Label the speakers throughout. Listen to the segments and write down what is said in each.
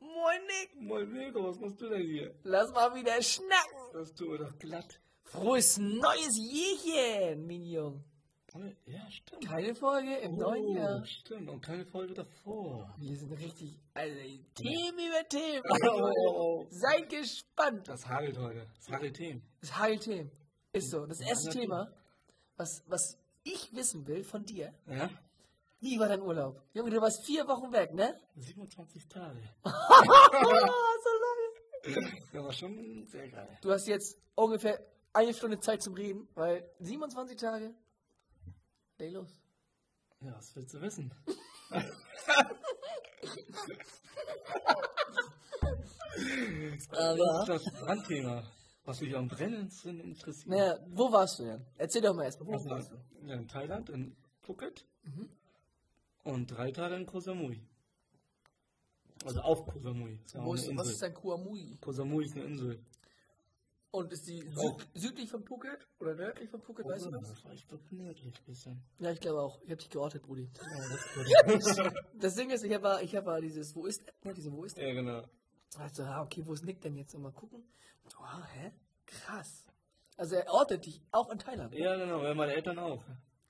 Speaker 1: Moin Nick.
Speaker 2: Moin Wilgros, was du denn hier?
Speaker 1: Lass mal wieder schnacken.
Speaker 2: Das tun wir doch glatt.
Speaker 1: Frohes neues Jährchen, Minion.
Speaker 2: Ja, stimmt.
Speaker 1: Keine Folge im
Speaker 2: Oh.
Speaker 1: neuen Jahr.
Speaker 2: stimmt. Und keine Folge davor.
Speaker 1: Wir sind richtig, also Themen über Themen.
Speaker 2: Oh, oh, oh.
Speaker 1: Seid gespannt.
Speaker 2: Das hagelt heute. Das hagelt Themen.
Speaker 1: Das Hagelthemen ist so. Das erste
Speaker 2: Ja,
Speaker 1: Thema, was, was ich wissen will von dir.
Speaker 2: Ja?
Speaker 1: Wie war dein Urlaub? Junge, du warst vier Wochen weg, ne?
Speaker 2: 27 Tage.
Speaker 1: Oh, so lange.
Speaker 2: Das war schon sehr geil.
Speaker 1: Du hast jetzt ungefähr eine Stunde Zeit zum Reden, weil 27 Tage. Leg los.
Speaker 2: Ja, was willst du wissen?
Speaker 1: Aber.
Speaker 2: Das Brandthema, was mich am brennendsten interessiert. Also,
Speaker 1: Naja, Ne, wo warst du denn? Erzähl doch mal erst. Wo
Speaker 2: Ich war
Speaker 1: warst du?
Speaker 2: in Thailand, in Phuket und drei Tage in Koh Samui. Also auf Koh Samui. Ist ja
Speaker 1: Wo
Speaker 2: auch
Speaker 1: ist,
Speaker 2: eine
Speaker 1: was ist
Speaker 2: Insel.
Speaker 1: denn Kuamui?
Speaker 2: Koh Samui ist eine Insel.
Speaker 1: Und ist die
Speaker 2: Oh.
Speaker 1: süd, südlich von Phuket oder nördlich von Phuket? Weißt du das?
Speaker 2: war echt nördlich ein bisschen.
Speaker 1: Ja, ich glaube auch. Ich habe dich geortet, Brudi.
Speaker 2: Ja, das
Speaker 1: Das Ding ist, ich habe ich hab mal dieses, wo ist der? Diese, wo ist der?
Speaker 2: ja, genau.
Speaker 1: Also, ah, okay, wo ist Nick denn jetzt? Und Mal gucken. Oh, hä? Krass. Also, er ortet dich auch in Thailand.
Speaker 2: Ja, genau, ja, meine Eltern auch.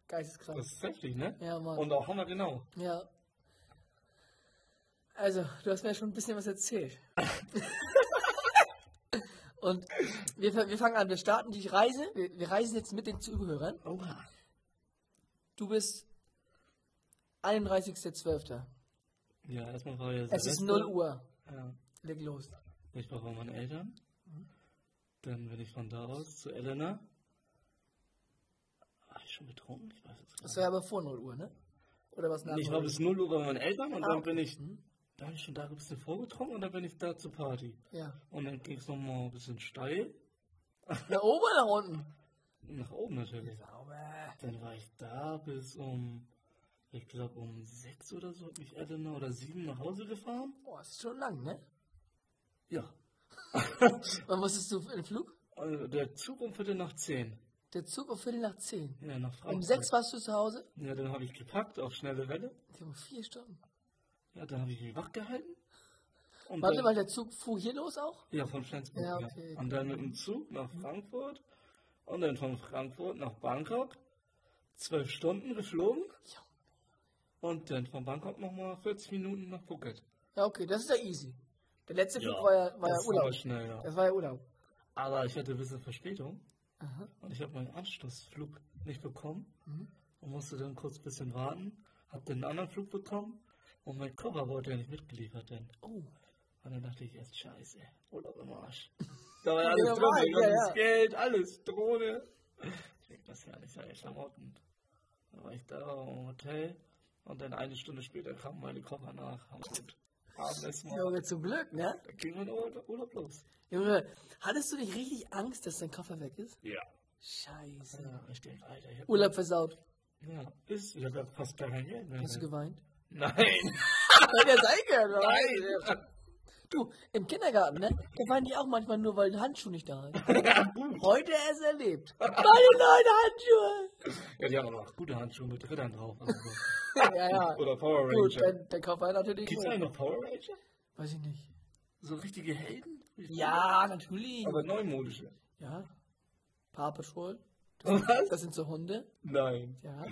Speaker 2: Das
Speaker 1: Geisteskrank.
Speaker 2: ist heftig, ne?
Speaker 1: Ja, Mann.
Speaker 2: Und auch Hammer genau.
Speaker 1: Ja. Also, du hast mir schon ein bisschen was erzählt. Und wir, fa- wir fangen an, wir starten die Reise. Wir, wir reisen jetzt mit den Zuhörern.
Speaker 2: Oha.
Speaker 1: Du bist 31.12.
Speaker 2: Ja, erstmal war ja
Speaker 1: Es ist
Speaker 2: Silvester.
Speaker 1: 0 Uhr.
Speaker 2: Ja.
Speaker 1: Leg los.
Speaker 2: Ich war bei meinen Eltern. Dann bin ich von da aus zu Elena. Habe ich schon betrunken? Ich weiß es gar
Speaker 1: Das war ja aber vor 0 Uhr, ne? Oder was nach
Speaker 2: nicht. Ich
Speaker 1: 0
Speaker 2: war
Speaker 1: Uhr?
Speaker 2: bis 0 Uhr bei meinen Eltern und
Speaker 1: Ah,
Speaker 2: dann
Speaker 1: okay.
Speaker 2: bin ich, da habe ich schon da ein bisschen vorgetrunken und dann bin ich da zur Party.
Speaker 1: Ja.
Speaker 2: Und dann ging es nochmal ein bisschen steil.
Speaker 1: Nach oben oder nach unten?
Speaker 2: Nach oben natürlich.
Speaker 1: Sauber.
Speaker 2: Dann war ich da bis um, ich glaube um 6 oder so, hat mich Elena oder 7 nach Hause gefahren.
Speaker 1: Boah, ist schon lang, ne?
Speaker 2: Ja.
Speaker 1: Wann musstest du in den Flug?
Speaker 2: Also der Zug um Viertel nach 10.
Speaker 1: Der Zug um Viertel nach 10.
Speaker 2: Ja, nach
Speaker 1: Um
Speaker 2: Frankfurt.
Speaker 1: 6 warst du zu Hause?
Speaker 2: Ja, dann habe ich gepackt auf schnelle Welle.
Speaker 1: Junge, 4 Stunden.
Speaker 2: Ja, dann habe ich mich wach gehalten. Und
Speaker 1: Warte
Speaker 2: dann,
Speaker 1: mal, der Zug fuhr hier los auch?
Speaker 2: Ja, von Flensburg.
Speaker 1: Ja,
Speaker 2: Ja,
Speaker 1: okay. Mhm.
Speaker 2: Und dann mit dem Zug nach Frankfurt. Und dann von Frankfurt nach Bangkok. Zwölf Stunden geflogen.
Speaker 1: Ja.
Speaker 2: Und dann von Bangkok nochmal 40 Minuten nach Phuket.
Speaker 1: Ja, okay, das ist ja easy. Der letzte Flug
Speaker 2: Ja,
Speaker 1: war ja, war ja
Speaker 2: das war aber
Speaker 1: Urlaub.
Speaker 2: schnell, ja.
Speaker 1: Das war ja Urlaub.
Speaker 2: Aber ich hatte ein bisschen Verspätung.
Speaker 1: Aha. Mhm.
Speaker 2: Und ich habe meinen Anschlussflug nicht bekommen. Und musste dann kurz ein bisschen warten. Hab dann einen anderen Flug bekommen. Und mein Koffer wurde ja nicht mitgeliefert denn.
Speaker 1: Oh.
Speaker 2: Und dann dachte ich erst, scheiße, Urlaub im Arsch. Da war ja alles
Speaker 1: Ja,
Speaker 2: drin, mein
Speaker 1: ja,
Speaker 2: ganzes
Speaker 1: ja.
Speaker 2: Geld, alles, Drohne. Ich denk, das ist ja alles meine Klamotten. Dann war ich da im Hotel und dann eine Stunde später kamen meine Koffer nach. Und Abendessen mal.
Speaker 1: Junge, zum Glück, ne?
Speaker 2: Da ging mein Urlaub Urlaub los.
Speaker 1: Junge, hattest du nicht richtig Angst, dass dein Koffer weg ist?
Speaker 2: Ja.
Speaker 1: Scheiße.
Speaker 2: ja ich denke, Alter, ich hab,
Speaker 1: Urlaub versaut.
Speaker 2: ja, ist, ich hab da fast gar kein Geld mehr.
Speaker 1: Hast du geweint?
Speaker 2: Nein!
Speaker 1: Hat ja sein können, oder?
Speaker 2: Nein!
Speaker 1: Du, im Kindergarten, ne? Da weinen die auch manchmal nur, weil ein Handschuh nicht da ist. Heute erst erlebt. Meine neuen
Speaker 2: ja, die haben aber auch gute Handschuhe mit Rittern drauf. Also.
Speaker 1: Handschuhe! Ja, ja.
Speaker 2: Oder Power
Speaker 1: Gut,
Speaker 2: Ranger.
Speaker 1: dann, dann kauft er natürlich.
Speaker 2: Gibt's
Speaker 1: neu.
Speaker 2: eigentlich noch Power Ranger?
Speaker 1: Weiß ich nicht.
Speaker 2: So richtige Helden?
Speaker 1: Ja, natürlich.
Speaker 2: Aber neumodische.
Speaker 1: Ja. Paw Patrol.
Speaker 2: Was?
Speaker 1: Das sind so Hunde.
Speaker 2: Nein.
Speaker 1: Ja.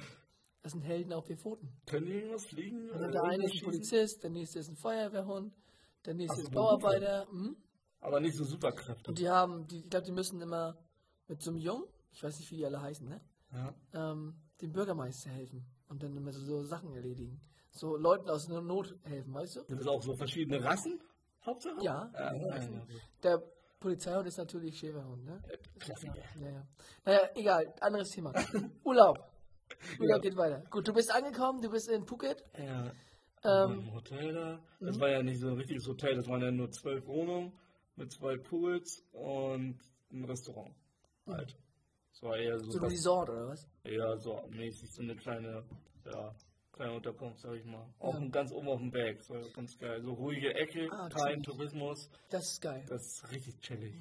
Speaker 1: Das sind Helden auf vier Pfoten.
Speaker 2: Können die irgendwas fliegen?
Speaker 1: Also
Speaker 2: Äh,
Speaker 1: der eine ist ein
Speaker 2: schießen?
Speaker 1: Polizist, der nächste ist ein Feuerwehrhund, der nächste
Speaker 2: Ach,
Speaker 1: ist
Speaker 2: so
Speaker 1: Bauarbeiter. Hm?
Speaker 2: Aber nicht so Superkräfte.
Speaker 1: Und die haben, die, ich glaube, die müssen immer mit so einem Jungen, ich weiß nicht, wie die alle heißen, ne?
Speaker 2: Ja.
Speaker 1: ähm, dem Bürgermeister helfen und dann immer so, so Sachen erledigen. So Leuten aus einer Not helfen, weißt du?
Speaker 2: Sind das auch so verschiedene Rassen? Hauptsache?
Speaker 1: Ja.
Speaker 2: Ah, nein, ja, gut.
Speaker 1: Der Polizeihund ist natürlich Schäferhund, ne?
Speaker 2: Äh, Klassiker.
Speaker 1: Ja, ja. Naja, egal, anderes Thema. Urlaub. Urlaub geht weiter. Gut, du bist angekommen, du bist in Phuket.
Speaker 2: Ja.
Speaker 1: Ähm, mhm.
Speaker 2: Im Hotel da. Das war ja nicht so ein richtiges Hotel, das waren ja nur zwölf Wohnungen mit zwei Pools und ein Restaurant. Halt. Das war eher so,
Speaker 1: Mhm. so ein
Speaker 2: was,
Speaker 1: Resort oder was?
Speaker 2: eher so mäßig so eine kleine, ja, kleine Unterkunft, sag ich mal. Auch ganz oben auf dem Berg, das war ganz geil. So ruhige Ecke,
Speaker 1: Ah,
Speaker 2: kein
Speaker 1: chillig. Mhm.
Speaker 2: Tourismus.
Speaker 1: Das ist geil.
Speaker 2: Das ist richtig chillig.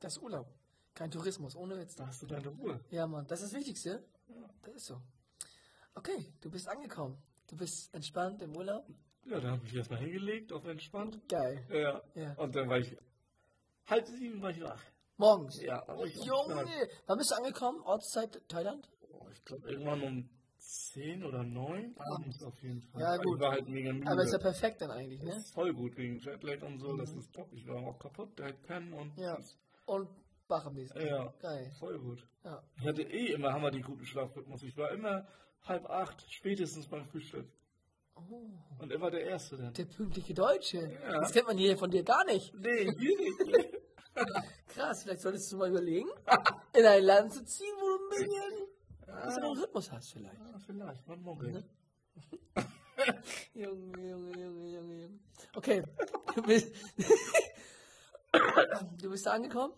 Speaker 1: Das ist Urlaub. Kein Tourismus, ohne Witz.
Speaker 2: Da hast du deine Ruhe.
Speaker 1: Ja, Mann, das ist das Wichtigste. Das ist so. Okay, du bist angekommen. Du bist entspannt im Urlaub.
Speaker 2: Ja, da habe ich mich erstmal hingelegt, auf entspannt.
Speaker 1: Geil.
Speaker 2: Ja.
Speaker 1: Ja.
Speaker 2: Und dann war ich halb sieben war ich wach.
Speaker 1: Morgens.
Speaker 2: Ja, aber ich
Speaker 1: Junge, wann bist du angekommen? Ortszeit Thailand?
Speaker 2: Oh, ich glaube irgendwann um zehn oder neun abends auf jeden Fall.
Speaker 1: Ja,
Speaker 2: Aber
Speaker 1: gut.
Speaker 2: Ich war halt mega müde.
Speaker 1: Aber ist ja perfekt dann eigentlich, ne? Mhm.
Speaker 2: Voll gut wegen Jetlag und so, das ist top. Ich war auch kaputt, direkt pennen und
Speaker 1: Ja. Und wach am nächsten Tag.
Speaker 2: Ja.
Speaker 1: Geil.
Speaker 2: voll gut.
Speaker 1: Ja.
Speaker 2: Ich hatte eh immer hammer die guten Schlafrhythmus. Ich war immer halb acht, spätestens beim Frühstück.
Speaker 1: Oh,
Speaker 2: Und immer der Erste dann.
Speaker 1: der pünktliche Deutsche.
Speaker 2: Ja.
Speaker 1: Das kennt man hier von dir gar nicht.
Speaker 2: Nee, hier nicht.
Speaker 1: Krass, vielleicht solltest du mal überlegen, in ein Land zu ziehen, wo du ein bisschen besseren
Speaker 2: ah,
Speaker 1: Rhythmus hast vielleicht.
Speaker 2: ah, vielleicht, man munkelt.
Speaker 1: Junge, Junge, Junge, Junge, Junge. Okay, du bist, du bist da angekommen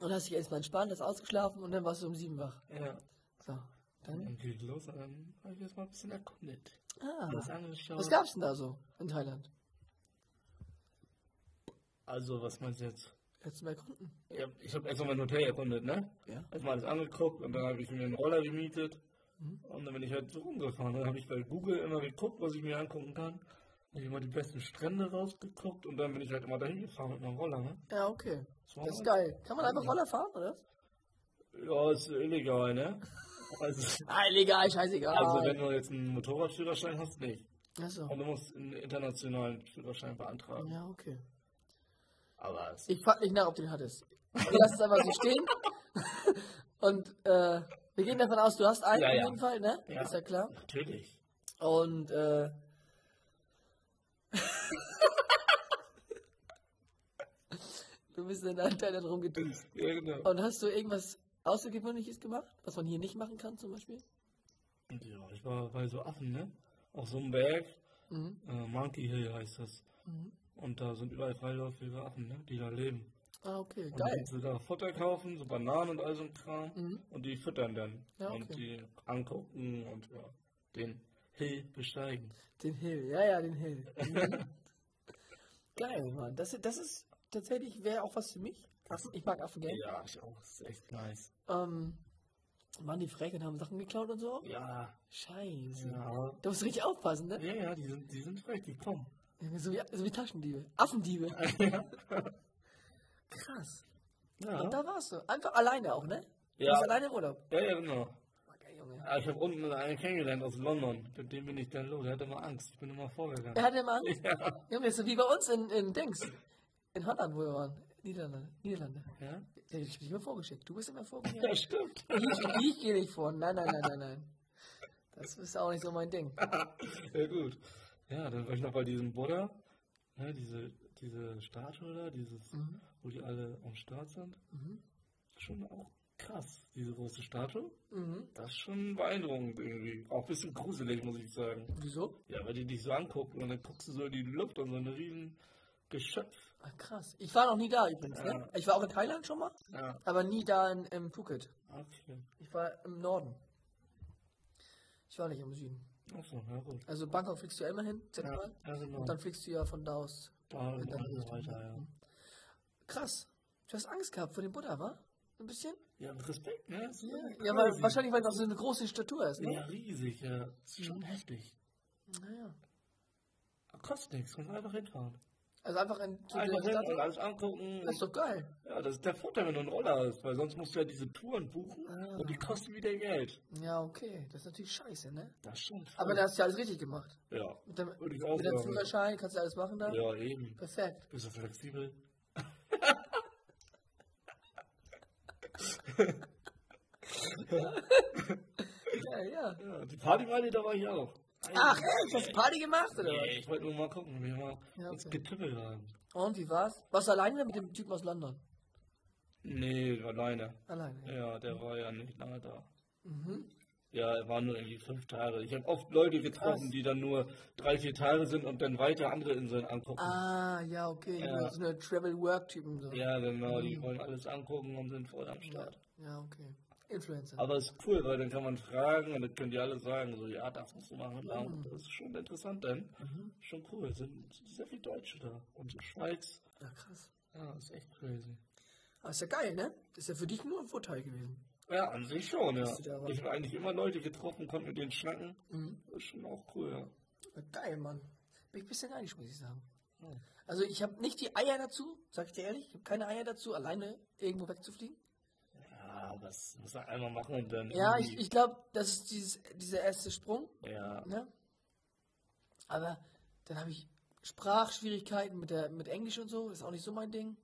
Speaker 1: und hast dich erstmal entspannt, hast ausgeschlafen und dann warst du um sieben wach.
Speaker 2: Ja.
Speaker 1: So, dann,
Speaker 2: Dann geht los und dann habe ich erstmal ein bisschen erkundet.
Speaker 1: ah,
Speaker 2: Was angeschaut.
Speaker 1: was gab's denn da so in Thailand?
Speaker 2: Also, was meinst du jetzt?
Speaker 1: Hättest du mal Kunden?
Speaker 2: Ja, ich habe erstmal mein Hotel erkundet, ne?
Speaker 1: Ja.
Speaker 2: Erstmal alles angeguckt und dann habe ich mir einen Roller gemietet. Und dann bin ich halt so rumgefahren. Dann habe ich bei Google immer geguckt, was ich mir angucken kann. Habe ich immer die besten Strände rausgeguckt und dann bin ich halt immer dahin gefahren mit meinem Roller, ne?
Speaker 1: Ja, okay.
Speaker 2: war
Speaker 1: Das ist
Speaker 2: mal-
Speaker 1: geil. Kann man einfach Roller fahren, oder?
Speaker 2: Ja, ist illegal, ne? Also,
Speaker 1: Ah, egal, scheißegal.
Speaker 2: also wenn du jetzt einen Motorradführerschein hast, nicht.
Speaker 1: Achso.
Speaker 2: Und du musst einen internationalen Führerschein beantragen.
Speaker 1: Ja, okay.
Speaker 2: Aber es
Speaker 1: Ich frag nicht nach, ob du den hattest. Wir lassen es einfach so stehen. Und äh, wir gehen davon aus, du hast einen
Speaker 2: Ja,
Speaker 1: auf
Speaker 2: ja.
Speaker 1: jeden Fall, ne?
Speaker 2: Ja.
Speaker 1: Ist ja klar.
Speaker 2: natürlich.
Speaker 1: Und äh, du bist in deinem Teil rumgedüst.
Speaker 2: Ja, genau.
Speaker 1: Und hast du irgendwas Außergewöhnliches gemacht, was man hier nicht machen kann zum Beispiel?
Speaker 2: Ja, ich war bei so Affen, ne? Auf so einem Berg.
Speaker 1: Mhm.
Speaker 2: Äh, Monkey Hill heißt das.
Speaker 1: Mhm.
Speaker 2: Und da sind überall freiläufige Affen, ne? die da leben.
Speaker 1: Ah, okay,
Speaker 2: Und dann
Speaker 1: geil.
Speaker 2: kannst du da Futter kaufen, so Bananen und all so ein Kram.
Speaker 1: Mhm.
Speaker 2: Und die füttern dann.
Speaker 1: Ja,
Speaker 2: Und
Speaker 1: okay.
Speaker 2: die angucken und ja, den Hill besteigen.
Speaker 1: Den Hill, ja, ja, den Hill. Mhm. geil, Mann. Das, das ist tatsächlich, wäre auch was für mich. Affen- Ich mag Affen gerne.
Speaker 2: Ja, ich auch. Ist echt nice.
Speaker 1: Ähm, waren die frech und haben Sachen geklaut und so?
Speaker 2: Ja,
Speaker 1: Scheiße.
Speaker 2: ja.
Speaker 1: Da musst du richtig aufpassen, ne?
Speaker 2: Ja, ja, die sind, die sind frech, die kommen.
Speaker 1: So, wie, so wie Taschendiebe. Affendiebe. Krass. Und
Speaker 2: Ja,
Speaker 1: da warst du. Einfach alleine auch, ne? Du
Speaker 2: Ja.
Speaker 1: warst alleine im Urlaub.
Speaker 2: ja, ja genau.
Speaker 1: Oh, geil, Junge.
Speaker 2: Ah, Ich habe unten einen kennengelernt aus London. Mit dem bin ich dann los. Der hatte immer Angst. Ich bin immer vorgegangen.
Speaker 1: Er hatte immer Angst. Junge, das ist so wie bei uns in, in Dings. In Holland, wo wir waren. Niederlande. Niederlande.
Speaker 2: Ja,
Speaker 1: Der hat dich immer vorgeschickt. Du bist immer vorgegangen.
Speaker 2: ja stimmt.
Speaker 1: ich ich gehe nicht vor. Nein, nein, nein, nein, nein. Das ist auch nicht so mein Ding.
Speaker 2: Ja, gut. Ja, dann war ich noch bei diesem Buddha, ne, diese, diese Statue da, dieses,
Speaker 1: Mhm.
Speaker 2: wo die alle am Start sind.
Speaker 1: Mhm.
Speaker 2: Schon auch krass, diese große Statue.
Speaker 1: Mhm.
Speaker 2: Das ist schon beeindruckend irgendwie. Auch ein bisschen gruselig, muss ich sagen.
Speaker 1: Wieso?
Speaker 2: Ja, weil die dich so angucken und dann guckst du so in die Luft und so ein riesen Geschöpf.
Speaker 1: Ah, krass. Ich war noch nie da übrigens. Ne?
Speaker 2: Ja.
Speaker 1: Ich war auch in Thailand schon mal,
Speaker 2: Ja,
Speaker 1: aber nie da in, in Phuket.
Speaker 2: okay.
Speaker 1: Ich war im Norden. Ich war nicht im Süden.
Speaker 2: Achso, na gut.
Speaker 1: Also Bangkok fliegst du ja immer hin,
Speaker 2: Ja,
Speaker 1: zentral.
Speaker 2: ja genau.
Speaker 1: Und dann fliegst du ja von da Mhm. aus.
Speaker 2: da
Speaker 1: in
Speaker 2: und
Speaker 1: deine
Speaker 2: dann
Speaker 1: Richtung.
Speaker 2: weiter, ja.
Speaker 1: Krass. Du hast Angst gehabt vor dem Buddha, wa? Ein bisschen?
Speaker 2: Ja, mit Respekt, ne? Ist
Speaker 1: Ja,
Speaker 2: schon
Speaker 1: weil,
Speaker 2: crazy.
Speaker 1: wahrscheinlich, weil es auch so eine große Statur ist, ne?
Speaker 2: Ja, riesig, ja. Ist schon heftig.
Speaker 1: Naja.
Speaker 2: Kostet nichts, kannst einfach hinfahren.
Speaker 1: Also einfach in zu Also der
Speaker 2: Einfach hin
Speaker 1: Stadt.
Speaker 2: und alles angucken.
Speaker 1: Das ist doch geil.
Speaker 2: Ja, das ist der Vorteil, wenn du einen Roller hast, weil sonst musst du ja diese Touren buchen
Speaker 1: Ah.
Speaker 2: und die kosten wieder Geld.
Speaker 1: Ja, okay. Das ist natürlich scheiße, ne?
Speaker 2: Das stimmt.
Speaker 1: Aber da hast du ja alles richtig gemacht.
Speaker 2: ja.
Speaker 1: Mit dem,
Speaker 2: Würde
Speaker 1: mit
Speaker 2: ich auch
Speaker 1: dem
Speaker 2: sagen.
Speaker 1: Führerschein kannst du alles machen da.
Speaker 2: ja, eben.
Speaker 1: Perfekt.
Speaker 2: Bist du flexibel?
Speaker 1: Ja, ja.
Speaker 2: Ja, die Party war die, da war ich auch.
Speaker 1: Ach, echt? Hast du Party gemacht, oder was?
Speaker 2: Nee, ich wollte nur mal gucken, wie wir
Speaker 1: Ja,
Speaker 2: uns
Speaker 1: okay.
Speaker 2: getüppelt haben.
Speaker 1: Und wie war's? Warst du alleine mit dem Typen aus London?
Speaker 2: Nee, alleine.
Speaker 1: Alleine. ja.
Speaker 2: Ja, der war ja nicht lange da.
Speaker 1: Mhm.
Speaker 2: Ja, er war nur irgendwie fünf Tage. Ich habe oft Leute getroffen,
Speaker 1: Krass.
Speaker 2: die dann nur drei, vier Tage sind und dann weiter andere Inseln angucken.
Speaker 1: Ah, ja, okay.
Speaker 2: Ja.
Speaker 1: So eine Travel-Work-Typen. So.
Speaker 2: Ja, genau, die wollen alles angucken und sind voll am Start.
Speaker 1: ja, okay. Influencer.
Speaker 2: Aber ist cool, weil dann kann man fragen und dann können die alle sagen, so, ja, das musst du machen. da. Und Das ist schon interessant dann. Schon cool. Es sind sehr viele Deutsche da. Und die Schweiz.
Speaker 1: Ja, krass.
Speaker 2: Ja, ist echt crazy.
Speaker 1: Aber ist ja geil, ne? Ist ja für dich nur ein Vorteil gewesen.
Speaker 2: Ja, an sich schon, ja.
Speaker 1: du da was-
Speaker 2: Ich habe eigentlich immer Leute getroffen, konnte mit denen schnacken.
Speaker 1: Mhm.
Speaker 2: Ist schon auch cool, ja.
Speaker 1: Ja, Geil, Mann. Bin ich ein bisschen neidisch, muss ich sagen. Also ich habe nicht die Eier dazu, sag ich dir ehrlich. Ich habe keine Eier dazu, alleine irgendwo wegzufliegen.
Speaker 2: Ja, das muss man einmal machen und dann.
Speaker 1: Ja, ich,
Speaker 2: irgendwie-
Speaker 1: ich glaube, das ist dieses, dieser erste Sprung.
Speaker 2: Ja.
Speaker 1: Ne? Aber dann habe ich Sprachschwierigkeiten mit, der, mit Englisch und so. Ist auch nicht so mein Ding.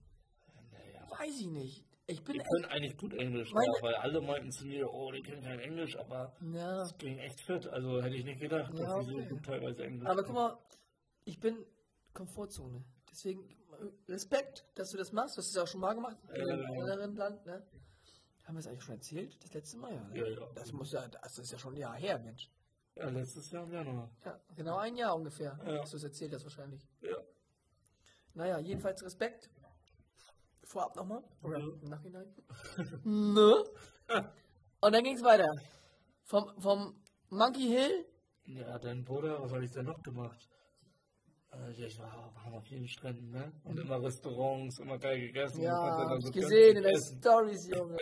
Speaker 2: Naja.
Speaker 1: Weiß ich nicht. Ich bin
Speaker 2: Ich kann eigentlich gut Englisch,
Speaker 1: Meine-
Speaker 2: ja, weil alle meinten zu mir, oh, die können kein Englisch, aber
Speaker 1: Ja.
Speaker 2: das ging echt fit. Also hätte ich nicht gedacht,
Speaker 1: Ja,
Speaker 2: dass sie
Speaker 1: okay.
Speaker 2: so gut teilweise Englisch
Speaker 1: Aber guck mal, ich bin Komfortzone. Deswegen äh, Respekt, dass du das machst. Du hast es auch schon mal gemacht in
Speaker 2: Ja,
Speaker 1: einem
Speaker 2: ja.
Speaker 1: anderen Land. Ne? Haben wir es eigentlich schon erzählt? Das letzte Mal, ja. ne?
Speaker 2: Ja, ja.
Speaker 1: Das, muss ja das ist ja schon ein Jahr her, Mensch.
Speaker 2: Ja, letztes Jahr im Januar.
Speaker 1: Ja, genau ein Jahr ungefähr.
Speaker 2: Ja.
Speaker 1: Hast du es erzählt, das wahrscheinlich.
Speaker 2: Ja.
Speaker 1: Naja, jedenfalls Respekt. Vorab nochmal. Oder
Speaker 2: Ja.
Speaker 1: im Nachhinein. ne? Und dann ging es weiter. Vom, vom Monkey Hill.
Speaker 2: Ja, dein Bruder, was habe ich denn noch gemacht? Also ich war, war auf vielen Stränden, ne? Und immer Restaurants, immer geil gegessen.
Speaker 1: Mhm. Ja,
Speaker 2: und hab dann
Speaker 1: hab
Speaker 2: so
Speaker 1: ich
Speaker 2: ganz
Speaker 1: gesehen in
Speaker 2: viel
Speaker 1: deinen
Speaker 2: gegessen.
Speaker 1: Stories, Junge.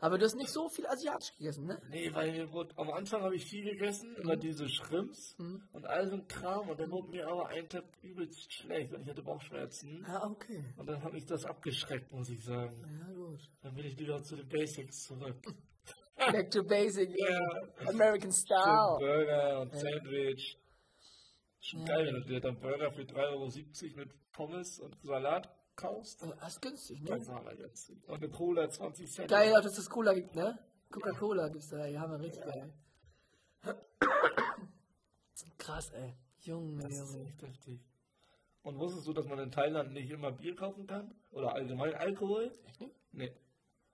Speaker 1: Aber du hast nicht so viel asiatisch gegessen, ne?
Speaker 2: Nee, weil mir wurde, am Anfang habe ich viel gegessen, immer
Speaker 1: Mhm.
Speaker 2: diese Shrimps und all so ein Kram. Und dann wurde mir aber ein Tag übelst schlecht und ich hatte Bauchschmerzen.
Speaker 1: Ah, okay.
Speaker 2: Und dann hat mich das abgeschreckt, muss ich sagen.
Speaker 1: Ja, gut.
Speaker 2: Dann bin ich wieder zu den Basics zurück.
Speaker 1: Back to basic.
Speaker 2: Ja.
Speaker 1: American
Speaker 2: Schön
Speaker 1: style.
Speaker 2: Burger und Sandwich. Schon
Speaker 1: Ja.
Speaker 2: geil, wenn du dir dann Burger für 3,70 Euro mit Pommes und Salat kaufst.
Speaker 1: Oh, Das ist günstig, ne?
Speaker 2: Ganz normal jetzt. Und eine Cola 20 Cent.
Speaker 1: Geil, auch dass es Cola gibt, ne? Coca-Cola gibt's da, ja, aber richtig geil. Krass, ey. Junge,
Speaker 2: Das ist
Speaker 1: Junge.
Speaker 2: echt heftig. Und wusstest du, dass man in Thailand nicht immer Bier kaufen kann? Oder allgemein Alkohol?
Speaker 1: Echt nicht?
Speaker 2: Nee.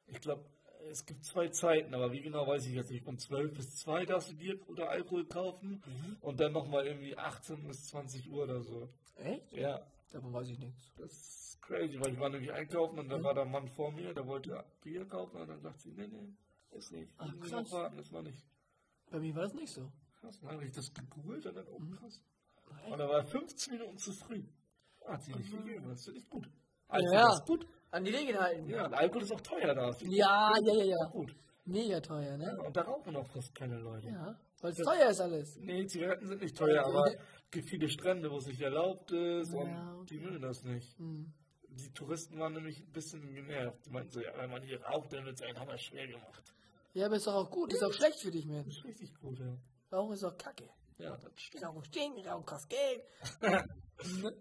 Speaker 2: Ich glaube, es gibt zwei Zeiten, aber wie genau weiß ich jetzt nicht. Von 12 bis 2 darfst du Bier oder Alkohol kaufen.
Speaker 1: Mhm.
Speaker 2: Und dann nochmal irgendwie 18 bis 20 Uhr oder so.
Speaker 1: Echt?
Speaker 2: Ja,
Speaker 1: Davon weiß ich nichts.
Speaker 2: das ist crazy, weil ich war nämlich einkaufen und dann
Speaker 1: Hm?
Speaker 2: war der Mann vor mir, der wollte Bier kaufen und dann sagt sie, nee, nee, ist nicht.
Speaker 1: Ach,
Speaker 2: Müssen wir
Speaker 1: krass.
Speaker 2: noch warten, das war nicht.
Speaker 1: Bei mir war das nicht so.
Speaker 2: Krass, dann habe ich das gegoogelt und dann,
Speaker 1: Hm?
Speaker 2: oh krass.
Speaker 1: Echt?
Speaker 2: Und er war 15 Minuten zu früh. Ah, Hat sie nicht gegeben, das finde ich gut.
Speaker 1: Ja.
Speaker 2: ist gut.
Speaker 1: An die Regeln halten.
Speaker 2: Ja, und Alkohol ist auch teuer da. das finde ich
Speaker 1: Ja, ja, ja, ja.
Speaker 2: Gut.
Speaker 1: Mega teuer,
Speaker 2: Ja,
Speaker 1: ne?
Speaker 2: Und da rauchen auch fast keine Leute.
Speaker 1: Ja. Weil es teuer ist alles.
Speaker 2: Nee, Zigaretten sind nicht teuer, aber es gibt viele Strände, wo es nicht erlaubt ist
Speaker 1: Ja.
Speaker 2: und die mögen das nicht.
Speaker 1: Hm.
Speaker 2: Die Touristen waren nämlich ein bisschen genervt. Die meinten so, ja, wenn man hier raucht, dann wird es einem aber schwer gemacht.
Speaker 1: Ja, aber ist doch auch gut. Ist auch schlecht für dich, Mensch.
Speaker 2: Das ist richtig gut, ja.
Speaker 1: Rauchen ist auch kacke.
Speaker 2: Ja, das stimmt.
Speaker 1: Rauchen stinkt, Rauchen kostet Geld.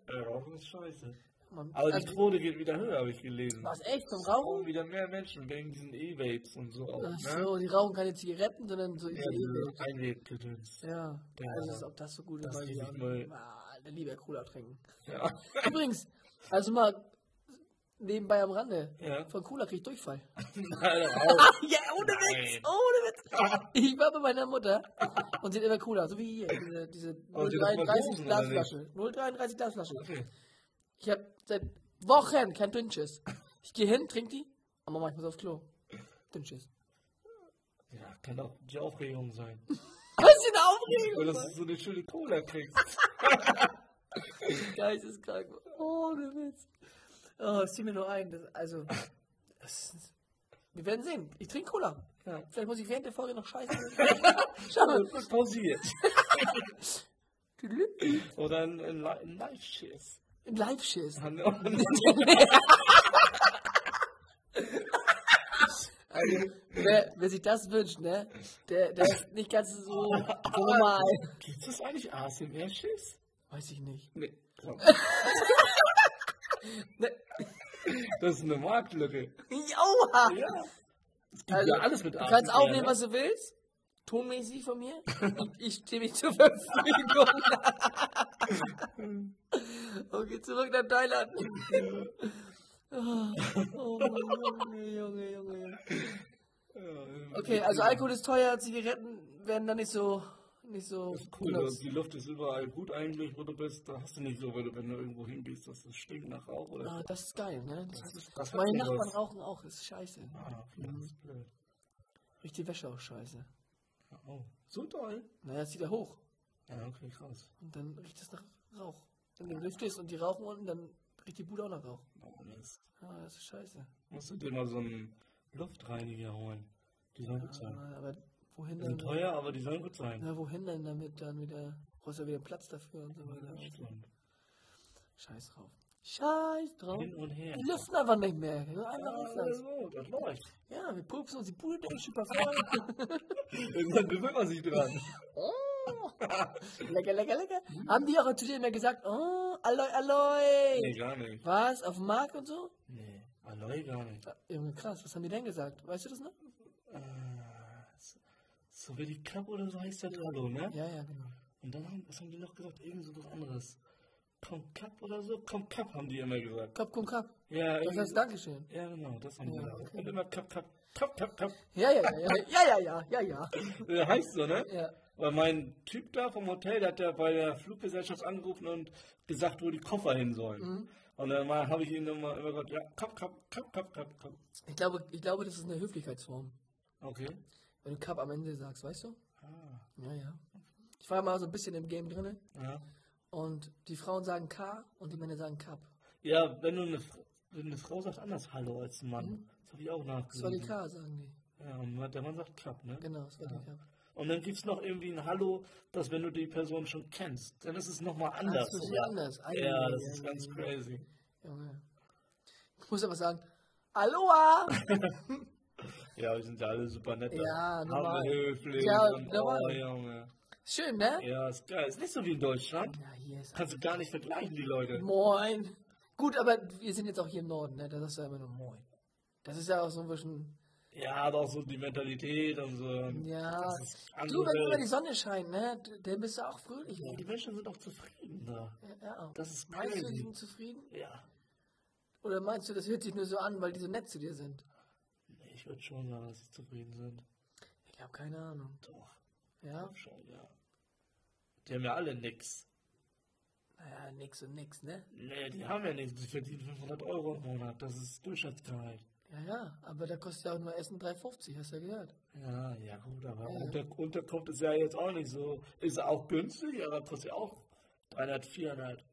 Speaker 2: Äh, Rauchen ist scheiße.
Speaker 1: Man,
Speaker 2: Aber
Speaker 1: also,
Speaker 2: die Quote geht wieder höher, habe ich gelesen.
Speaker 1: was echt zum
Speaker 2: Rauchen
Speaker 1: Rauchen?
Speaker 2: wieder mehr Menschen wegen diesen E-Vapes und so. Auch,
Speaker 1: Ach
Speaker 2: ne?
Speaker 1: so, die rauchen keine Zigaretten, sondern so.
Speaker 2: Ja, diese Einweggedöns.
Speaker 1: Ja,
Speaker 2: Ja,
Speaker 1: also
Speaker 2: ja.
Speaker 1: ist auch das so gut
Speaker 2: Das
Speaker 1: weiß ich
Speaker 2: ist
Speaker 1: auch nicht.
Speaker 2: Müll.
Speaker 1: Ah, Alter, lieber Cola trinken.
Speaker 2: Ja.
Speaker 1: Übrigens, also mal nebenbei am Rande.
Speaker 2: Ja.
Speaker 1: Von Cola krieg ich Durchfall.
Speaker 2: Nein,
Speaker 1: Ah,
Speaker 2: auch.
Speaker 1: ja, ohne Witz, ohne Witz. Ich war bei meiner Mutter und sie hat immer Cola, so wie hier, diese, diese
Speaker 2: Aber sie hat immer
Speaker 1: 033
Speaker 2: Dosen, oder
Speaker 1: Glasflasche. 033 Glasflasche.
Speaker 2: Okay.
Speaker 1: Ich hab seit Wochen kein Dünnschiss. Ich gehe hin, trink die, aber manchmal so aufs Klo. Dünnschiss.
Speaker 2: Ja, kann auch die Aufregung sein.
Speaker 1: Was ist denn Aufregung?
Speaker 2: Weil das ist so eine schöne Cola kriegst.
Speaker 1: Geisteskrank. Ohne Witz. Oh, es fiel mir nur ein. Das, also, das, ist- wir werden sehen. Ich trinke Cola.
Speaker 2: Ja.
Speaker 1: Vielleicht muss ich während der Folge noch scheißen. Schau mal.
Speaker 2: Das ist pausiert.
Speaker 1: Tüdelü.
Speaker 2: Oder ein, ein, Li- ein Live-Schiss.
Speaker 1: Ein Live-Schiss.
Speaker 2: Haben wir auch einen-
Speaker 1: Also, wer, wer sich das wünscht, ne? Der, der ist nicht ganz so normal.
Speaker 2: Gibt es eigentlich ASMR-Schiss?
Speaker 1: Weiß ich nicht.
Speaker 2: Nee. glaub
Speaker 1: Ne?
Speaker 2: nicht. Das ist eine Marktlücke.
Speaker 1: Joa!
Speaker 2: Ja. Es gibt
Speaker 1: Also,
Speaker 2: ja alles mit
Speaker 1: Du kannst
Speaker 2: ASMR,
Speaker 1: aufnehmen,
Speaker 2: ne?
Speaker 1: was du willst. Tonmäßig von mir. Und ich stehe mich zur Verfügung. okay, zurück nach Thailand. oh, Junge, Junge, Junge.
Speaker 2: Ja,
Speaker 1: Okay, also Alkohol ist teuer, Zigaretten werden dann nicht so. Nicht so
Speaker 2: Das ist cool,
Speaker 1: benutzt.
Speaker 2: also die Luft ist überall gut eigentlich, wo du bist. Da hast du nicht so, wenn du, wenn du irgendwo hingehst, dass es stinkt nach Rauch oder
Speaker 1: Ah, das ist geil, ne? Das
Speaker 2: Das
Speaker 1: ist,
Speaker 2: ist- das hat
Speaker 1: meine
Speaker 2: schon
Speaker 1: Nachbarn
Speaker 2: was.
Speaker 1: rauchen auch, ist scheiße.
Speaker 2: Ah, das ist blöd.
Speaker 1: Riecht die Wäsche auch scheiße.
Speaker 2: Oh, so toll.
Speaker 1: Naja, zieht er hoch.
Speaker 2: Ja, okay, krass.
Speaker 1: Und dann riecht es nach Rauch. Wenn du im Lift bist und die rauchen unten, dann riecht die Bude auch nach Rauch.
Speaker 2: Oh, Mist.
Speaker 1: Ah, das ist scheiße.
Speaker 2: Musst du dir mal so einen Luftreiniger holen. Die sollen gut sein.
Speaker 1: Ah, aber wohin
Speaker 2: Die sind
Speaker 1: denn?
Speaker 2: teuer, aber die sollen gut sein.
Speaker 1: Na, wohin denn damit dann wieder? Brauchst ja wieder Platz dafür und so weiter.
Speaker 2: Stimmt.
Speaker 1: Scheiß drauf. Scheiß drauf.
Speaker 2: Hin und her.
Speaker 1: Die lüften einfach nicht mehr. Einfach
Speaker 2: Ja,
Speaker 1: ist
Speaker 2: das
Speaker 1: das.
Speaker 2: ist gut, das läuft.
Speaker 1: Ja, wir pupsen uns die Bude durch, super voll.
Speaker 2: Irgendwann gewöhnt man sich dran.
Speaker 1: oh. Lecker, lecker, lecker. Haben die auch zu dir mehr gesagt, oh, Aloi, Aloi.
Speaker 2: Nee, gar nicht.
Speaker 1: Was? Auf dem Markt und so?
Speaker 2: Nee, Aloy gar nicht.
Speaker 1: Ja, Ah, Junge, krass, was haben die denn gesagt? Weißt du das noch?
Speaker 2: Äh, So wie die Cup oder so heißt das Hallo, ne?
Speaker 1: Ja, ja, genau.
Speaker 2: Und dann haben, was haben die noch gesagt? Irgend so was anderes. Komm Cup oder so? Komm Cup haben die immer gesagt.
Speaker 1: Kap, kum, kap.
Speaker 2: Ja,
Speaker 1: Das
Speaker 2: irgendwie-
Speaker 1: heißt Dankeschön.
Speaker 2: ja genau, das haben die gesagt. Und immer Cup, Cup, Cup, Cup, Cup.
Speaker 1: Ja, ja, ja, ja, ja, ja, ja, ja.
Speaker 2: Der heißt so, ne?
Speaker 1: Ja.
Speaker 2: Weil mein Typ da vom Hotel, der hat ja bei der Fluggesellschaft angerufen und gesagt, wo die Koffer hin sollen. Und dann habe ich ihn immer, immer gesagt, ja, Cup, Cup, Cup, Cup, Cup, Cup.
Speaker 1: Ich glaube, ich glaube, das ist eine Höflichkeitsform.
Speaker 2: Okay.
Speaker 1: Wenn du Kap am Ende sagst, weißt du?
Speaker 2: Ah,
Speaker 1: Ja, ja. Ich war mal so ein bisschen im Game drinne
Speaker 2: ja.
Speaker 1: und die Frauen sagen K und die Männer sagen Kap.
Speaker 2: ja, wenn du eine, Fr- wenn eine Frau sagt anders Hallo als ein Mann. Das habe ich auch
Speaker 1: Mhm. Das war die
Speaker 2: nachgesehen.
Speaker 1: K, sagen die.
Speaker 2: Ja, und der Mann sagt Cup, ne?
Speaker 1: Genau, das war die Kap.
Speaker 2: Und dann gibt es noch irgendwie ein Hallo, dass wenn du die Person schon kennst, dann ist es nochmal anders.
Speaker 1: Ach, das ist
Speaker 2: sogar.
Speaker 1: anders. Ah,
Speaker 2: Ja, das ist
Speaker 1: ja,
Speaker 2: ganz
Speaker 1: ja.
Speaker 2: crazy.
Speaker 1: Junge. Ich muss aber sagen, Aloha!
Speaker 2: Ja, wir sind ja alle super nett.
Speaker 1: Ja,
Speaker 2: Alle
Speaker 1: normal.
Speaker 2: höflich.
Speaker 1: Ja,
Speaker 2: und, oh,
Speaker 1: normal.
Speaker 2: Junge.
Speaker 1: Schön, ne?
Speaker 2: Ja, ist geil. Ist nicht so wie in Deutschland.
Speaker 1: Ja, hier ist
Speaker 2: Kannst du gar nicht vergleichen, die Leute.
Speaker 1: Moin. Gut, aber wir sind jetzt auch hier im Norden, ne? Da sagst du ja immer nur Moin. Das ist ja auch so ein bisschen.
Speaker 2: Ja, aber auch so die Mentalität und so.
Speaker 1: Ja.
Speaker 2: Das ist
Speaker 1: Du, wenn immer
Speaker 2: andere.
Speaker 1: die Sonne scheint, ne? d- Dann bist du auch fröhlich.
Speaker 2: Ja,
Speaker 1: Ne?
Speaker 2: die Menschen sind auch zufrieden da.
Speaker 1: Ja, Ja,
Speaker 2: Das ist
Speaker 1: meinst du, die
Speaker 2: crazy.
Speaker 1: sind zufrieden?
Speaker 2: Ja,
Speaker 1: Oder meinst du, das hört sich nur so an, weil die so nett zu dir sind?
Speaker 2: ich würde schon sagen, dass sie zufrieden sind.
Speaker 1: Ich habe keine Ahnung.
Speaker 2: Doch,
Speaker 1: Ja?
Speaker 2: schon, ja. Die haben ja alle nix.
Speaker 1: Naja, nix und nix, ne?
Speaker 2: Nee, die haben ja nichts. Die verdienen 500 Euro im Monat. Das ist Durchschnittsgehalt.
Speaker 1: Ja, ja, aber da kostet ja auch nur Essen 3,50, hast du ja gehört.
Speaker 2: Ja, ja gut, aber
Speaker 1: Ja.
Speaker 2: Unter, Unterkunft ist ja jetzt auch nicht so. Ist auch günstig, aber kostet ja auch 300, 400.